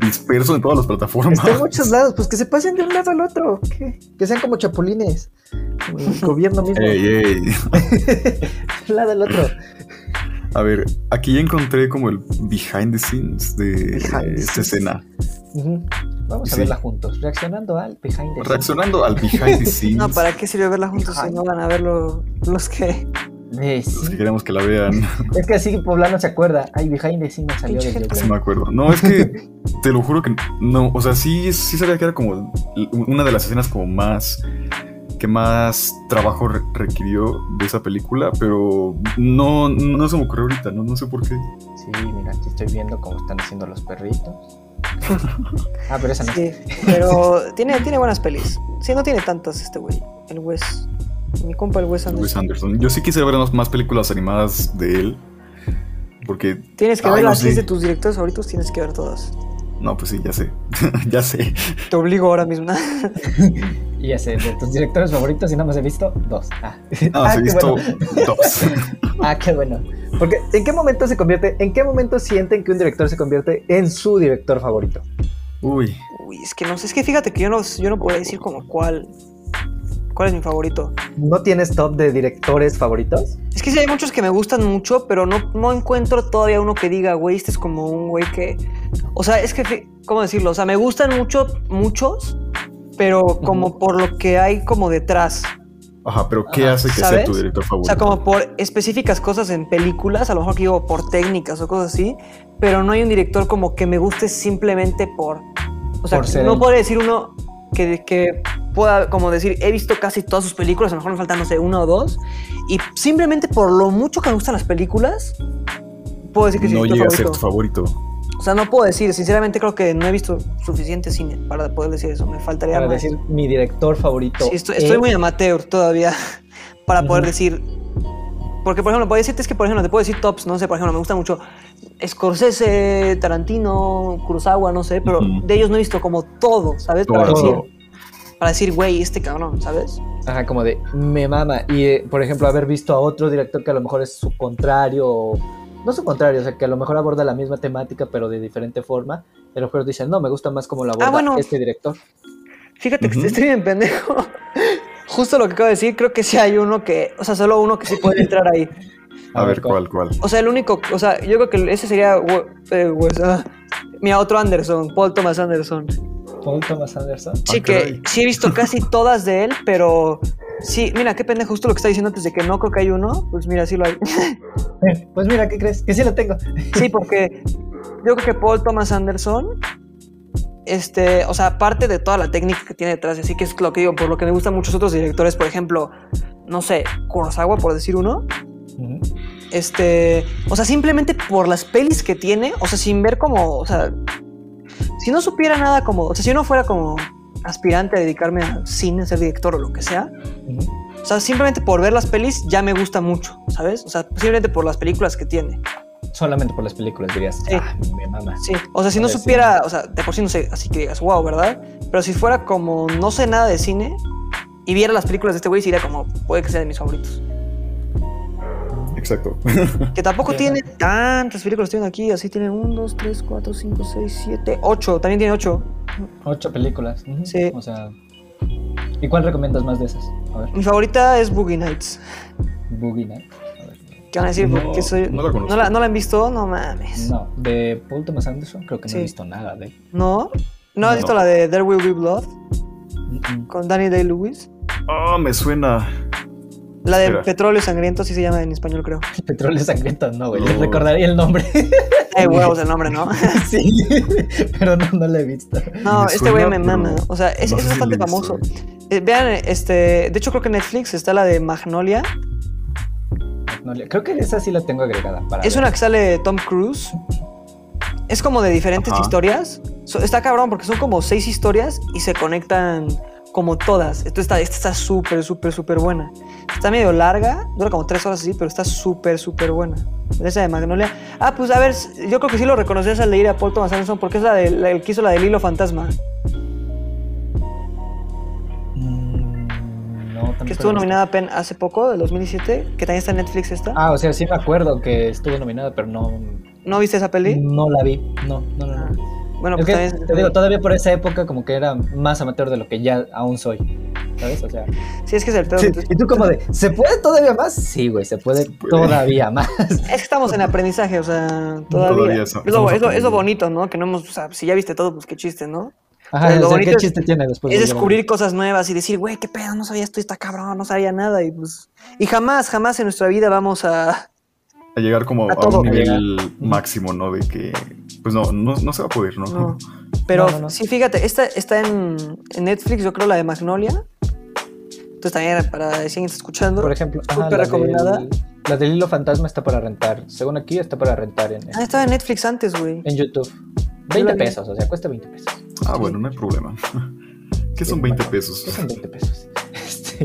disperso en todas las plataformas? Está en muchos lados, pues que se pasen de un lado al otro. ¿qué? Que sean como chapulines. Como El gobierno mismo. Ey, ey. De un lado al otro. A ver, aquí ya encontré como el behind the scenes de Behind the esta scenes. escena. Ujú. Vamos a Sí. verla juntos, reaccionando al Behind the Reaccionando al behind the scenes. No, ¿para qué sirve verla juntos si Ay. no van a verlo los que. Scenes. Eh, Los que sí. queremos que la vean. Es que así Poblano se acuerda. Ay, Behind the Scenes salió Pinche de gente. Sí me acuerdo. No, es que te lo juro que no. O sea, sí, sí sabía que era como una de las escenas como más que más trabajo re- requirió de esa película, pero no, no se me ocurrió ahorita, no, no sé por qué. Sí, mira, aquí estoy viendo cómo están haciendo los perritos. Ah, pero esa no. Sí, pero tiene, tiene buenas pelis. Sí, no tiene tantas este güey. El Wes. Mi compa el Wes Anderson. Wes Anderson. Yo sí quisiera ver más, más películas animadas de él, porque Tienes que Ay, ver no, las sí. 10 de tus directores favoritos, tienes que ver todas. no, pues sí, ya sé, ya sé. Te obligo ahora mismo. ¿no? Y ese, de tus directores favoritos, y nada más he visto dos. Ah, Ah, sí, he qué visto bueno. dos. Ah, qué bueno. Porque, ¿en qué momento se convierte, en qué momento sienten que un director se convierte en su director favorito? Uy, Uy, es que no sé, es que fíjate que yo no, yo no podría decir como cuál. ¿Cuál es mi favorito? ¿No tienes top de directores favoritos? Es que sí hay muchos que me gustan mucho, pero no, no encuentro todavía uno que diga, güey, este es como un güey que. O sea, es que, fi- ¿cómo decirlo? O sea, me gustan mucho, muchos, pero como Ujú. por lo que hay como detrás. ajá, pero ¿qué Ajá, hace que sea ¿sabes? tu director O favorito? sea, como por específicas cosas en películas, a lo mejor que digo por técnicas o cosas así, pero no hay un director como que me guste simplemente por. O sea, Por ser no él. podría decir uno que, que pueda, como decir, he visto casi todas sus películas, a lo mejor me faltan, no sé, una o dos, y simplemente por lo mucho que me gustan las películas, puedo decir que sí no es mi llega a ser favorito. tu favorito. O sea, no puedo decir, sinceramente creo que no he visto suficiente cine para poder decir eso, me faltaría Para más. decir, mi director favorito. Sí, estoy, estoy Eh, es- muy amateur todavía para poder Ujú. decir. Porque, por ejemplo, puedo decirte es que, por ejemplo, te puedo decir tops, no sé, por ejemplo, me gusta mucho Scorsese, Tarantino, Kurosawa, no sé, pero Ujú. de ellos no he visto como todo, ¿sabes? Para Todo. decir, para decir, güey, este cabrón, ¿sabes? Ajá, como de, me mama. Y, eh, por ejemplo, haber visto a otro director que a lo mejor es su contrario, o- no su contrario, o sea, que a lo mejor aborda la misma temática, pero de diferente forma. Y los juegos dicen, no, me gusta más como la aborda Ah, bueno. este director. Fíjate que Ujú. estoy bien pendejo. Justo lo que acabo de decir, creo que sí hay uno que, o sea, solo uno que sí puede entrar ahí. A ver, ¿cuál, cuál? O sea, el único, o sea, yo creo que ese sería, we- eh, Wes- ah, mira, otro Anderson, Paul Thomas Anderson. Paul Thomas Anderson. Sí, Ah, que caray. sí he visto casi todas de él, pero sí, mira, qué pendejo, justo lo que está diciendo antes de que no creo que hay uno, pues mira, sí lo hay. Eh, Pues mira, ¿qué crees? Que sí lo tengo. Sí, porque yo creo que Paul Thomas Anderson, este, o sea, aparte de toda la técnica que tiene detrás, así que es lo que digo, por lo que me gustan muchos otros directores, por ejemplo, no sé, Kurosawa, por decir uno, Ujú. este, o sea, simplemente por las pelis que tiene, o sea, sin ver como, o sea, si no supiera nada como, o sea, si yo no fuera como aspirante a dedicarme al cine, ser director o lo que sea, Ujú. O sea, simplemente por ver las pelis ya me gusta mucho, ¿sabes? O sea, simplemente por las películas que tiene. Solamente por las películas dirías, Sí. ah, me mama. Sí. O sea, si A no ver, sí. supiera, o sea, de por sí no sé, así que digas, wow, ¿verdad? Pero si fuera como no sé nada de cine y viera las películas de este güey, sería como, puede que sea de mis favoritos. Exacto. Que tampoco Ajá. tiene tantas películas, tiene aquí, así tiene 1, 2, 3, 4, 5, 6, 7, 8, también tiene 8. Ocho películas. ujú. Sí. O sea. ¿Y cuál recomiendas más de esas? A ver, Mi favorita es Boogie Nights. Boogie Nights. A ver. ¿Qué van a decir? No, que soy... no la conozco. ¿No, la, no la han visto? No mames. No, de Paul Thomas Anderson creo que no Sí. he visto nada de. ¿No? ¿No has No. visto la de There Will Be Blood Mm, mm. con Danny Day-Lewis? Ah, me suena. La de Espera. petróleo sangriento, sí se llama en español, creo. Petróleo sangriento, no, güey. No. Les recordaría el nombre. Eh, huevos el nombre, ¿no? sí, pero no, no lo he visto. No, Me este güey suena, me mama. pero O sea, es, no es sé si bastante la he visto, famoso. güey. Eh, vean, este. De hecho, creo que en Netflix está la de Magnolia. No le- creo que esa sí la tengo agregada. Para Es ver. una que sale Tom Cruise. Es como de diferentes Ajá. historias. So- está cabrón porque son como seis historias y se conectan como todas. Esto está, esta está súper, súper, súper buena. Está medio larga, dura como tres horas así, pero está súper, súper buena. Esa de Magnolia. Ah, pues a ver, yo creo que sí lo reconoces al leer a Paul Thomas Anderson porque es la del el que hizo la del hilo fantasma. Mm, no, tampoco que la estuvo he visto. nominada pen hace poco, del 2017, que también está en Netflix esta. Ah, o sea, sí me acuerdo que estuvo nominada, pero no. ¿No viste esa peli? No la vi. No, no, no. Ah, no. Bueno, Mm. Es pues que, también te digo, todavía por esa época como que era más amateur de lo que ya aún soy. ¿Sabes? O sea. Sí, es que es el pedo. sí, entonces- y tú como de, ¿se puede todavía más? Sí, güey, se puede puede. todavía más. Es que estamos en aprendizaje, o sea, todavía. Todavía es, so- estamos lo, es lo- es lo aprendiendo. bonito, ¿no? Que no hemos, o sea, si ya viste todo, pues qué chiste, ¿no? Ajá, Pero lo o sea, ¿qué bonito es- chiste tiene después? Pues es de descubrir cosas nuevas y decir, güey, qué pedo, no sabía esto, está cabrón, no sabía nada. Y pues, y jamás, jamás en nuestra vida vamos a. A llegar como A a, todo. un nivel máximo, ¿no? De que, pues no, no, no se va a poder, ¿no? No. Pero No, no, no. sí, fíjate, esta está en, en Netflix, yo creo la de Magnolia. Entonces también para si alguien está escuchando. Por ejemplo, ajá, Súper la, recomendada. del, la del hilo fantasma está para rentar. Según aquí, está para rentar en, Ah, estaba en Netflix antes, güey. en YouTube. Yo la 20 vi. pesos, o sea, cuesta 20 pesos. Ah, bueno, no hay problema. ¿Qué son 20 pesos? ¿Qué son 20 pesos? Este,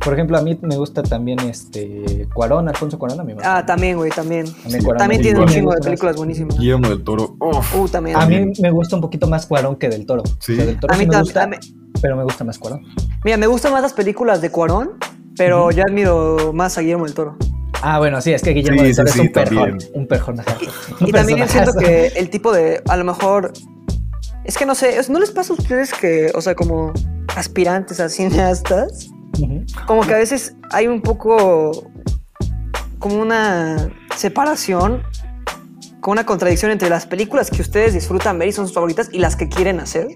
por ejemplo, a mí me gusta también este Cuarón, Alfonso Cuarón, a mí me gusta. Ah, también, güey, también. También sí. Cuarón También me tiene un gusta. igual. chingo de películas buenísimas. Guillermo del Toro. uf, Uh, también. A mí También. me gusta un poquito más Cuarón que del Toro. Sí. O sea, del Toro A mí sí me tam- gusta, a mí- pero me gusta más Cuarón. Mira, me gustan más las películas de Cuarón, pero yo admiro más a Guillermo del Toro. Ah, bueno, sí, es que Guillermo Sí, del Toro sí, es sí, un perjón. también. Un perjón. ajá. Un Y también yo siento personajazo. que el tipo de, a lo mejor, es que no sé, es- ¿no les pasa a ustedes que, o sea, como aspirantes a cineastas, Ujú. como que a veces hay un poco, como una separación, como una contradicción entre las películas que ustedes disfrutan ver y son sus favoritas y las que quieren hacer?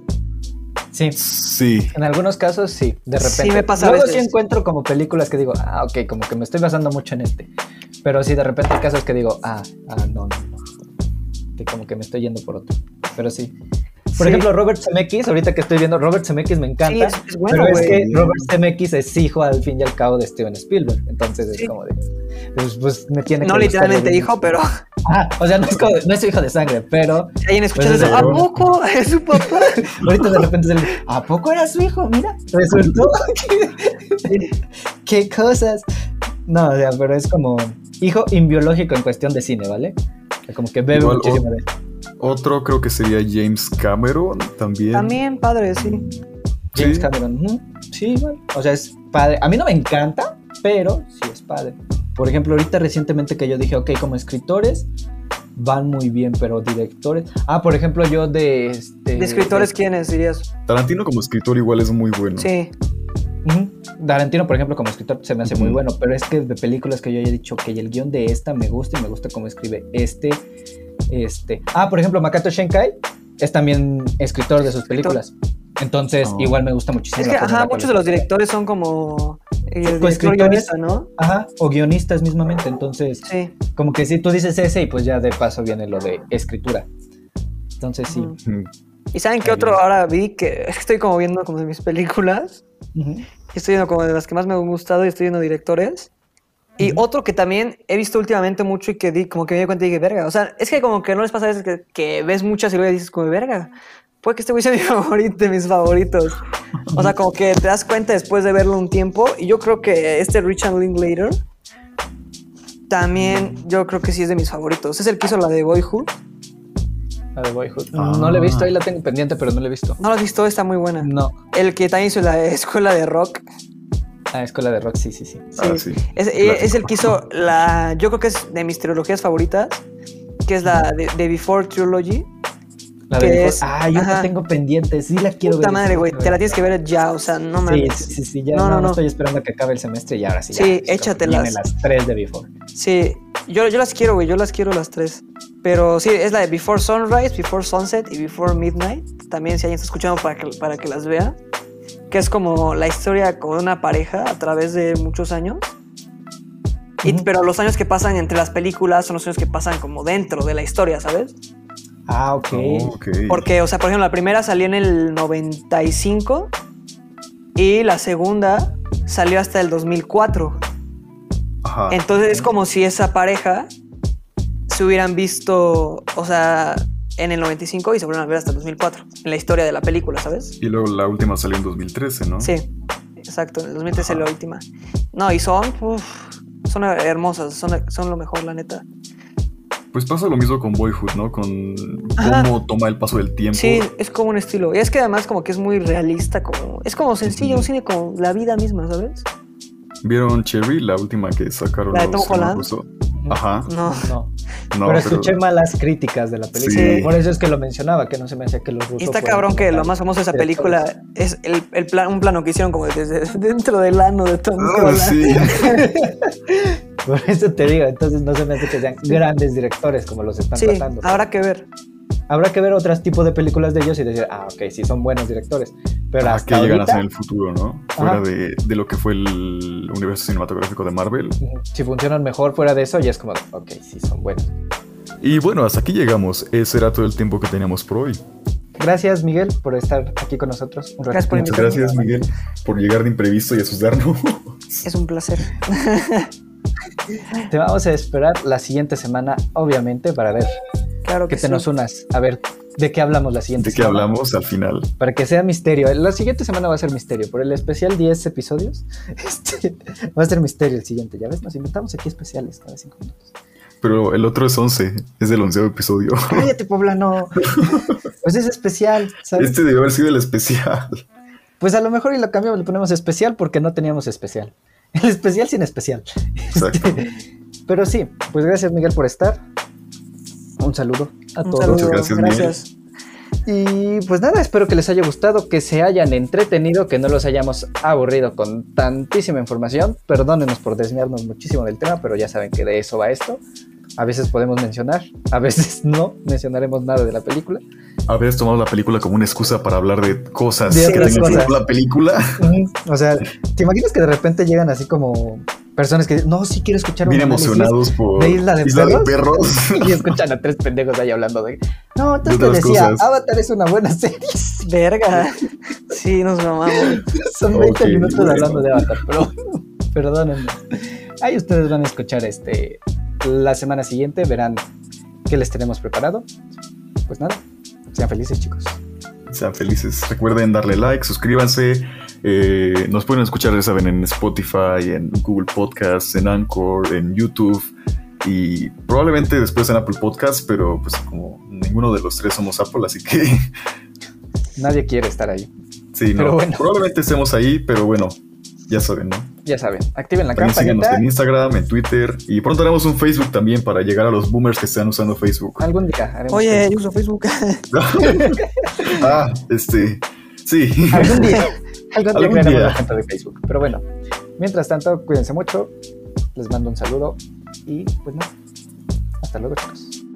Sí. Sí. En algunos casos sí, de Sí, repente. me pasa a Luego veces. sí encuentro como películas que digo, ah, ok, como que me estoy basando mucho en este. Pero sí, de repente hay casos que digo, ah, ah, no, no, no. Que como que me estoy yendo por otro. Pero sí. Por Sí. ejemplo, Robert Zemeckis, ahorita que estoy viendo Robert Zemeckis me Sí, encanta. es, es bueno, pero güey. es que Robert Zemeckis es hijo al fin y al cabo de Steven Spielberg. Entonces Sí. es como de. Pues, pues, me tiene No que gustar literalmente de- hijo, pero Ah, o sea, no es, como- no es su hijo de sangre, pero alguien escuchando Pues, eso, ¿a pero- poco es su papá? ahorita de repente se le. ¿A poco era su hijo? Mira, resultó que. ¡Qué cosas! No, o sea, pero es como hijo inbiológico en cuestión de cine, ¿vale? O sea, Como que bebe Igual, muchísimo de... Otro creo que sería James Cameron también. También padre, sí. Sí. James Cameron. ujú. Sí, igual. O sea, es padre. A mí no me encanta, pero sí es padre. Por ejemplo, ahorita recientemente que yo dije, ok, como escritores van muy bien, pero directores... Ah, por ejemplo, yo de... Este, ¿De escritores quiénes dirías? Tarantino como escritor igual es muy bueno. Sí. Ujú. Tarantino, por ejemplo, como escritor se me hace muy Ujú. bueno, pero es que de películas que yo haya dicho que el guión de esta me gusta y me gusta cómo escribe este, este. Ah, por ejemplo, Makato Shinkai es también escritor de sus películas. Entonces, Ah. igual me gusta muchísimo. Oh. Es la que, forma en ajá, la cual muchos de los escribe. directores son como el director Coescritores. guionista, ¿no? Ajá, o guionistas mismamente. Entonces, Sí. como que si tú dices ese y pues ya de paso viene lo de escritura. Entonces, sí. Ujú. Mm. ¿Y saben qué Ahí otro viene. ahora vi? Que es que estoy como viendo como de mis películas. Ujú. y Estoy viendo como de las que más me han gustado y estoy viendo directores. Y Ujú. otro que también he visto últimamente mucho y que di, como que me di cuenta y dije, verga. O sea, es que como que no les pasa a veces que, que ves muchas y luego dices, como, verga, puede que este güey sea mi favorito, de mis favoritos. O sea, como que te das cuenta después de verlo un tiempo. Y yo creo que este Richard Linklater también yo creo que sí es de mis favoritos. Es el que hizo la de Boyhood. La de Boyhood. No la he visto, Ah. ahí la tengo pendiente, pero no la he visto. ¿No lo has visto? Está muy buena. No, El que también hizo la escuela de rock. a Escuela de Rock, sí, sí, sí. Ah, sí. Es, eh, Clásico. es el que hizo la. Yo creo que es de mis trilogías favoritas, que es la de, de Before Trilogy. La que de es- Ah, yo ajá. la tengo pendiente. Sí la quiero Puta ver. madre, güey. Te la tienes que ver ya, o sea, no Sí, mames. sí, Sí, sí, sí, ya No, no, no, no no. estoy esperando a que acabe el semestre y ahora sí. ya, Sí, es como que échatelas. Vienen las tres de Before. Yo, yo las quiero, güey. Yo las quiero las tres. Pero sí, es la de Before Sunrise, Before Sunset y Before Midnight. También, si alguien está escuchando, para que, para que las vea. Que es como la historia con una pareja a través de muchos años. Y- Ujú. Pero los años que pasan entre las películas son los años que pasan como dentro de la historia, ¿sabes? Ah, ok. Ok. Porque, o sea, por ejemplo, la primera salió en el 95 y la segunda salió hasta el 2004. Ajá. Entonces es como si esa pareja se hubieran visto, o sea, en el 95 y se volvieron a ver hasta el 2004, en la historia de la película, ¿sabes? Y luego la última salió en 2013, ¿no? Sí, exacto, en el 2013 es Ajá. la última. No, y son, uf, son hermosas, son, son lo mejor, la neta. Pues pasa lo mismo con Boyhood, ¿no? Con Ajá. cómo toma el paso del tiempo. Sí, es como un estilo. Y es que además como que es muy realista, como es como sencillo, un cine como la vida misma, ¿sabes? ¿Vieron Cherry, la última que sacaron La de los Tom Holland. rusos? Ajá. No. No, No, pero pero, Ah, escuché malas críticas de la película. Sí. Por eso es que lo mencionaba, que no se me hacía que los rusos. Y está fueran cabrón como que lo tal más famoso de esa directores. película es el, el plan, un plano que hicieron como desde dentro del ano de Tom Ah, Holland. sí. Por eso te digo, entonces no se me hace que sean grandes directores como los están Sí, tratando. habrá que ver. habrá que ver otros tipos de películas de ellos y decir, ah, ok, sí, son buenos directores. Pero Ah, hasta que llegan a ahorita, ser el futuro, ¿no? Fuera Ajá. de, de lo que fue el universo cinematográfico de Marvel. si funcionan mejor fuera de eso, ya es como, de, ok, sí, son buenos. Y bueno, hasta aquí llegamos. Ese era todo el tiempo que teníamos por hoy. Gracias, Miguel, por estar aquí con nosotros. un rato. Gracias por Muchas invitarme. gracias, Miguel, por llegar de imprevisto y asustarnos. Es un placer. Te vamos a esperar la siguiente semana, obviamente, para ver Claro que, que te sí. nos unas. A ver, ¿de qué hablamos la siguiente ¿De qué semana? hablamos al final? Para que sea misterio. La siguiente semana va a ser misterio. Por el especial 10 episodios, este, va a ser misterio el siguiente. Ya ves, nos inventamos aquí especiales cada cinco minutos. Pero el otro es 11, es del onceavo episodio. Cállate, poblano. pues es especial, ¿sabes? Este debió haber sido el especial. Pues a lo mejor y lo cambiamos, le ponemos especial porque no teníamos especial. El especial sin especial. Exacto. Este, Pero sí, pues gracias Miguel por estar. Un saludo a Un todos. saludo. Muchas gracias, Miguel. gracias. Y pues nada, espero que les haya gustado, que se hayan entretenido, que no los hayamos aburrido con tantísima información. Perdónenos por desviarnos muchísimo del tema, pero ya saben que de eso va esto. A veces podemos mencionar, a veces no mencionaremos nada de la película. Habrías tomado la película como una excusa para hablar de cosas De que otras tengan que ver cosas. con la película. O sea, ¿te imaginas que de repente llegan así como personas que dicen, no, sí quiero escuchar un Bien análisis emocionados por de Isla de Perros. Y escuchan a tres pendejos ahí hablando de... No, entonces De te otras decía, cosas. Avatar es una buena serie. Verga. Sí, nos mamamos. Son 20 Ok, minutos bueno. hablando de Avatar, pero bueno, perdónenme. Ahí ustedes van a escuchar este la semana siguiente, verán qué les tenemos preparado. Pues nada, sean felices, chicos. Sean felices. Recuerden darle like, suscríbanse. Eh, nos pueden escuchar, ya saben, en Spotify, en Google Podcasts, en Anchor, en YouTube y probablemente después en Apple Podcasts, pero pues como ninguno de los tres somos Apple, así que Nadie quiere estar ahí. sí, no. Pero bueno. Probablemente estemos ahí, pero bueno, ya saben, ¿no? Ya saben, activen la También síganos campanita en Instagram, en Twitter y pronto haremos un Facebook también para llegar a los boomers que están usando Facebook. algún día haremos Oye, Facebook. yo uso Facebook. ah, este, sí. algún día, algún día Algún crearemos día. la cuenta de Facebook. Pero bueno, mientras tanto, cuídense mucho. Les mando un saludo y pues nada. Hasta luego, chicos.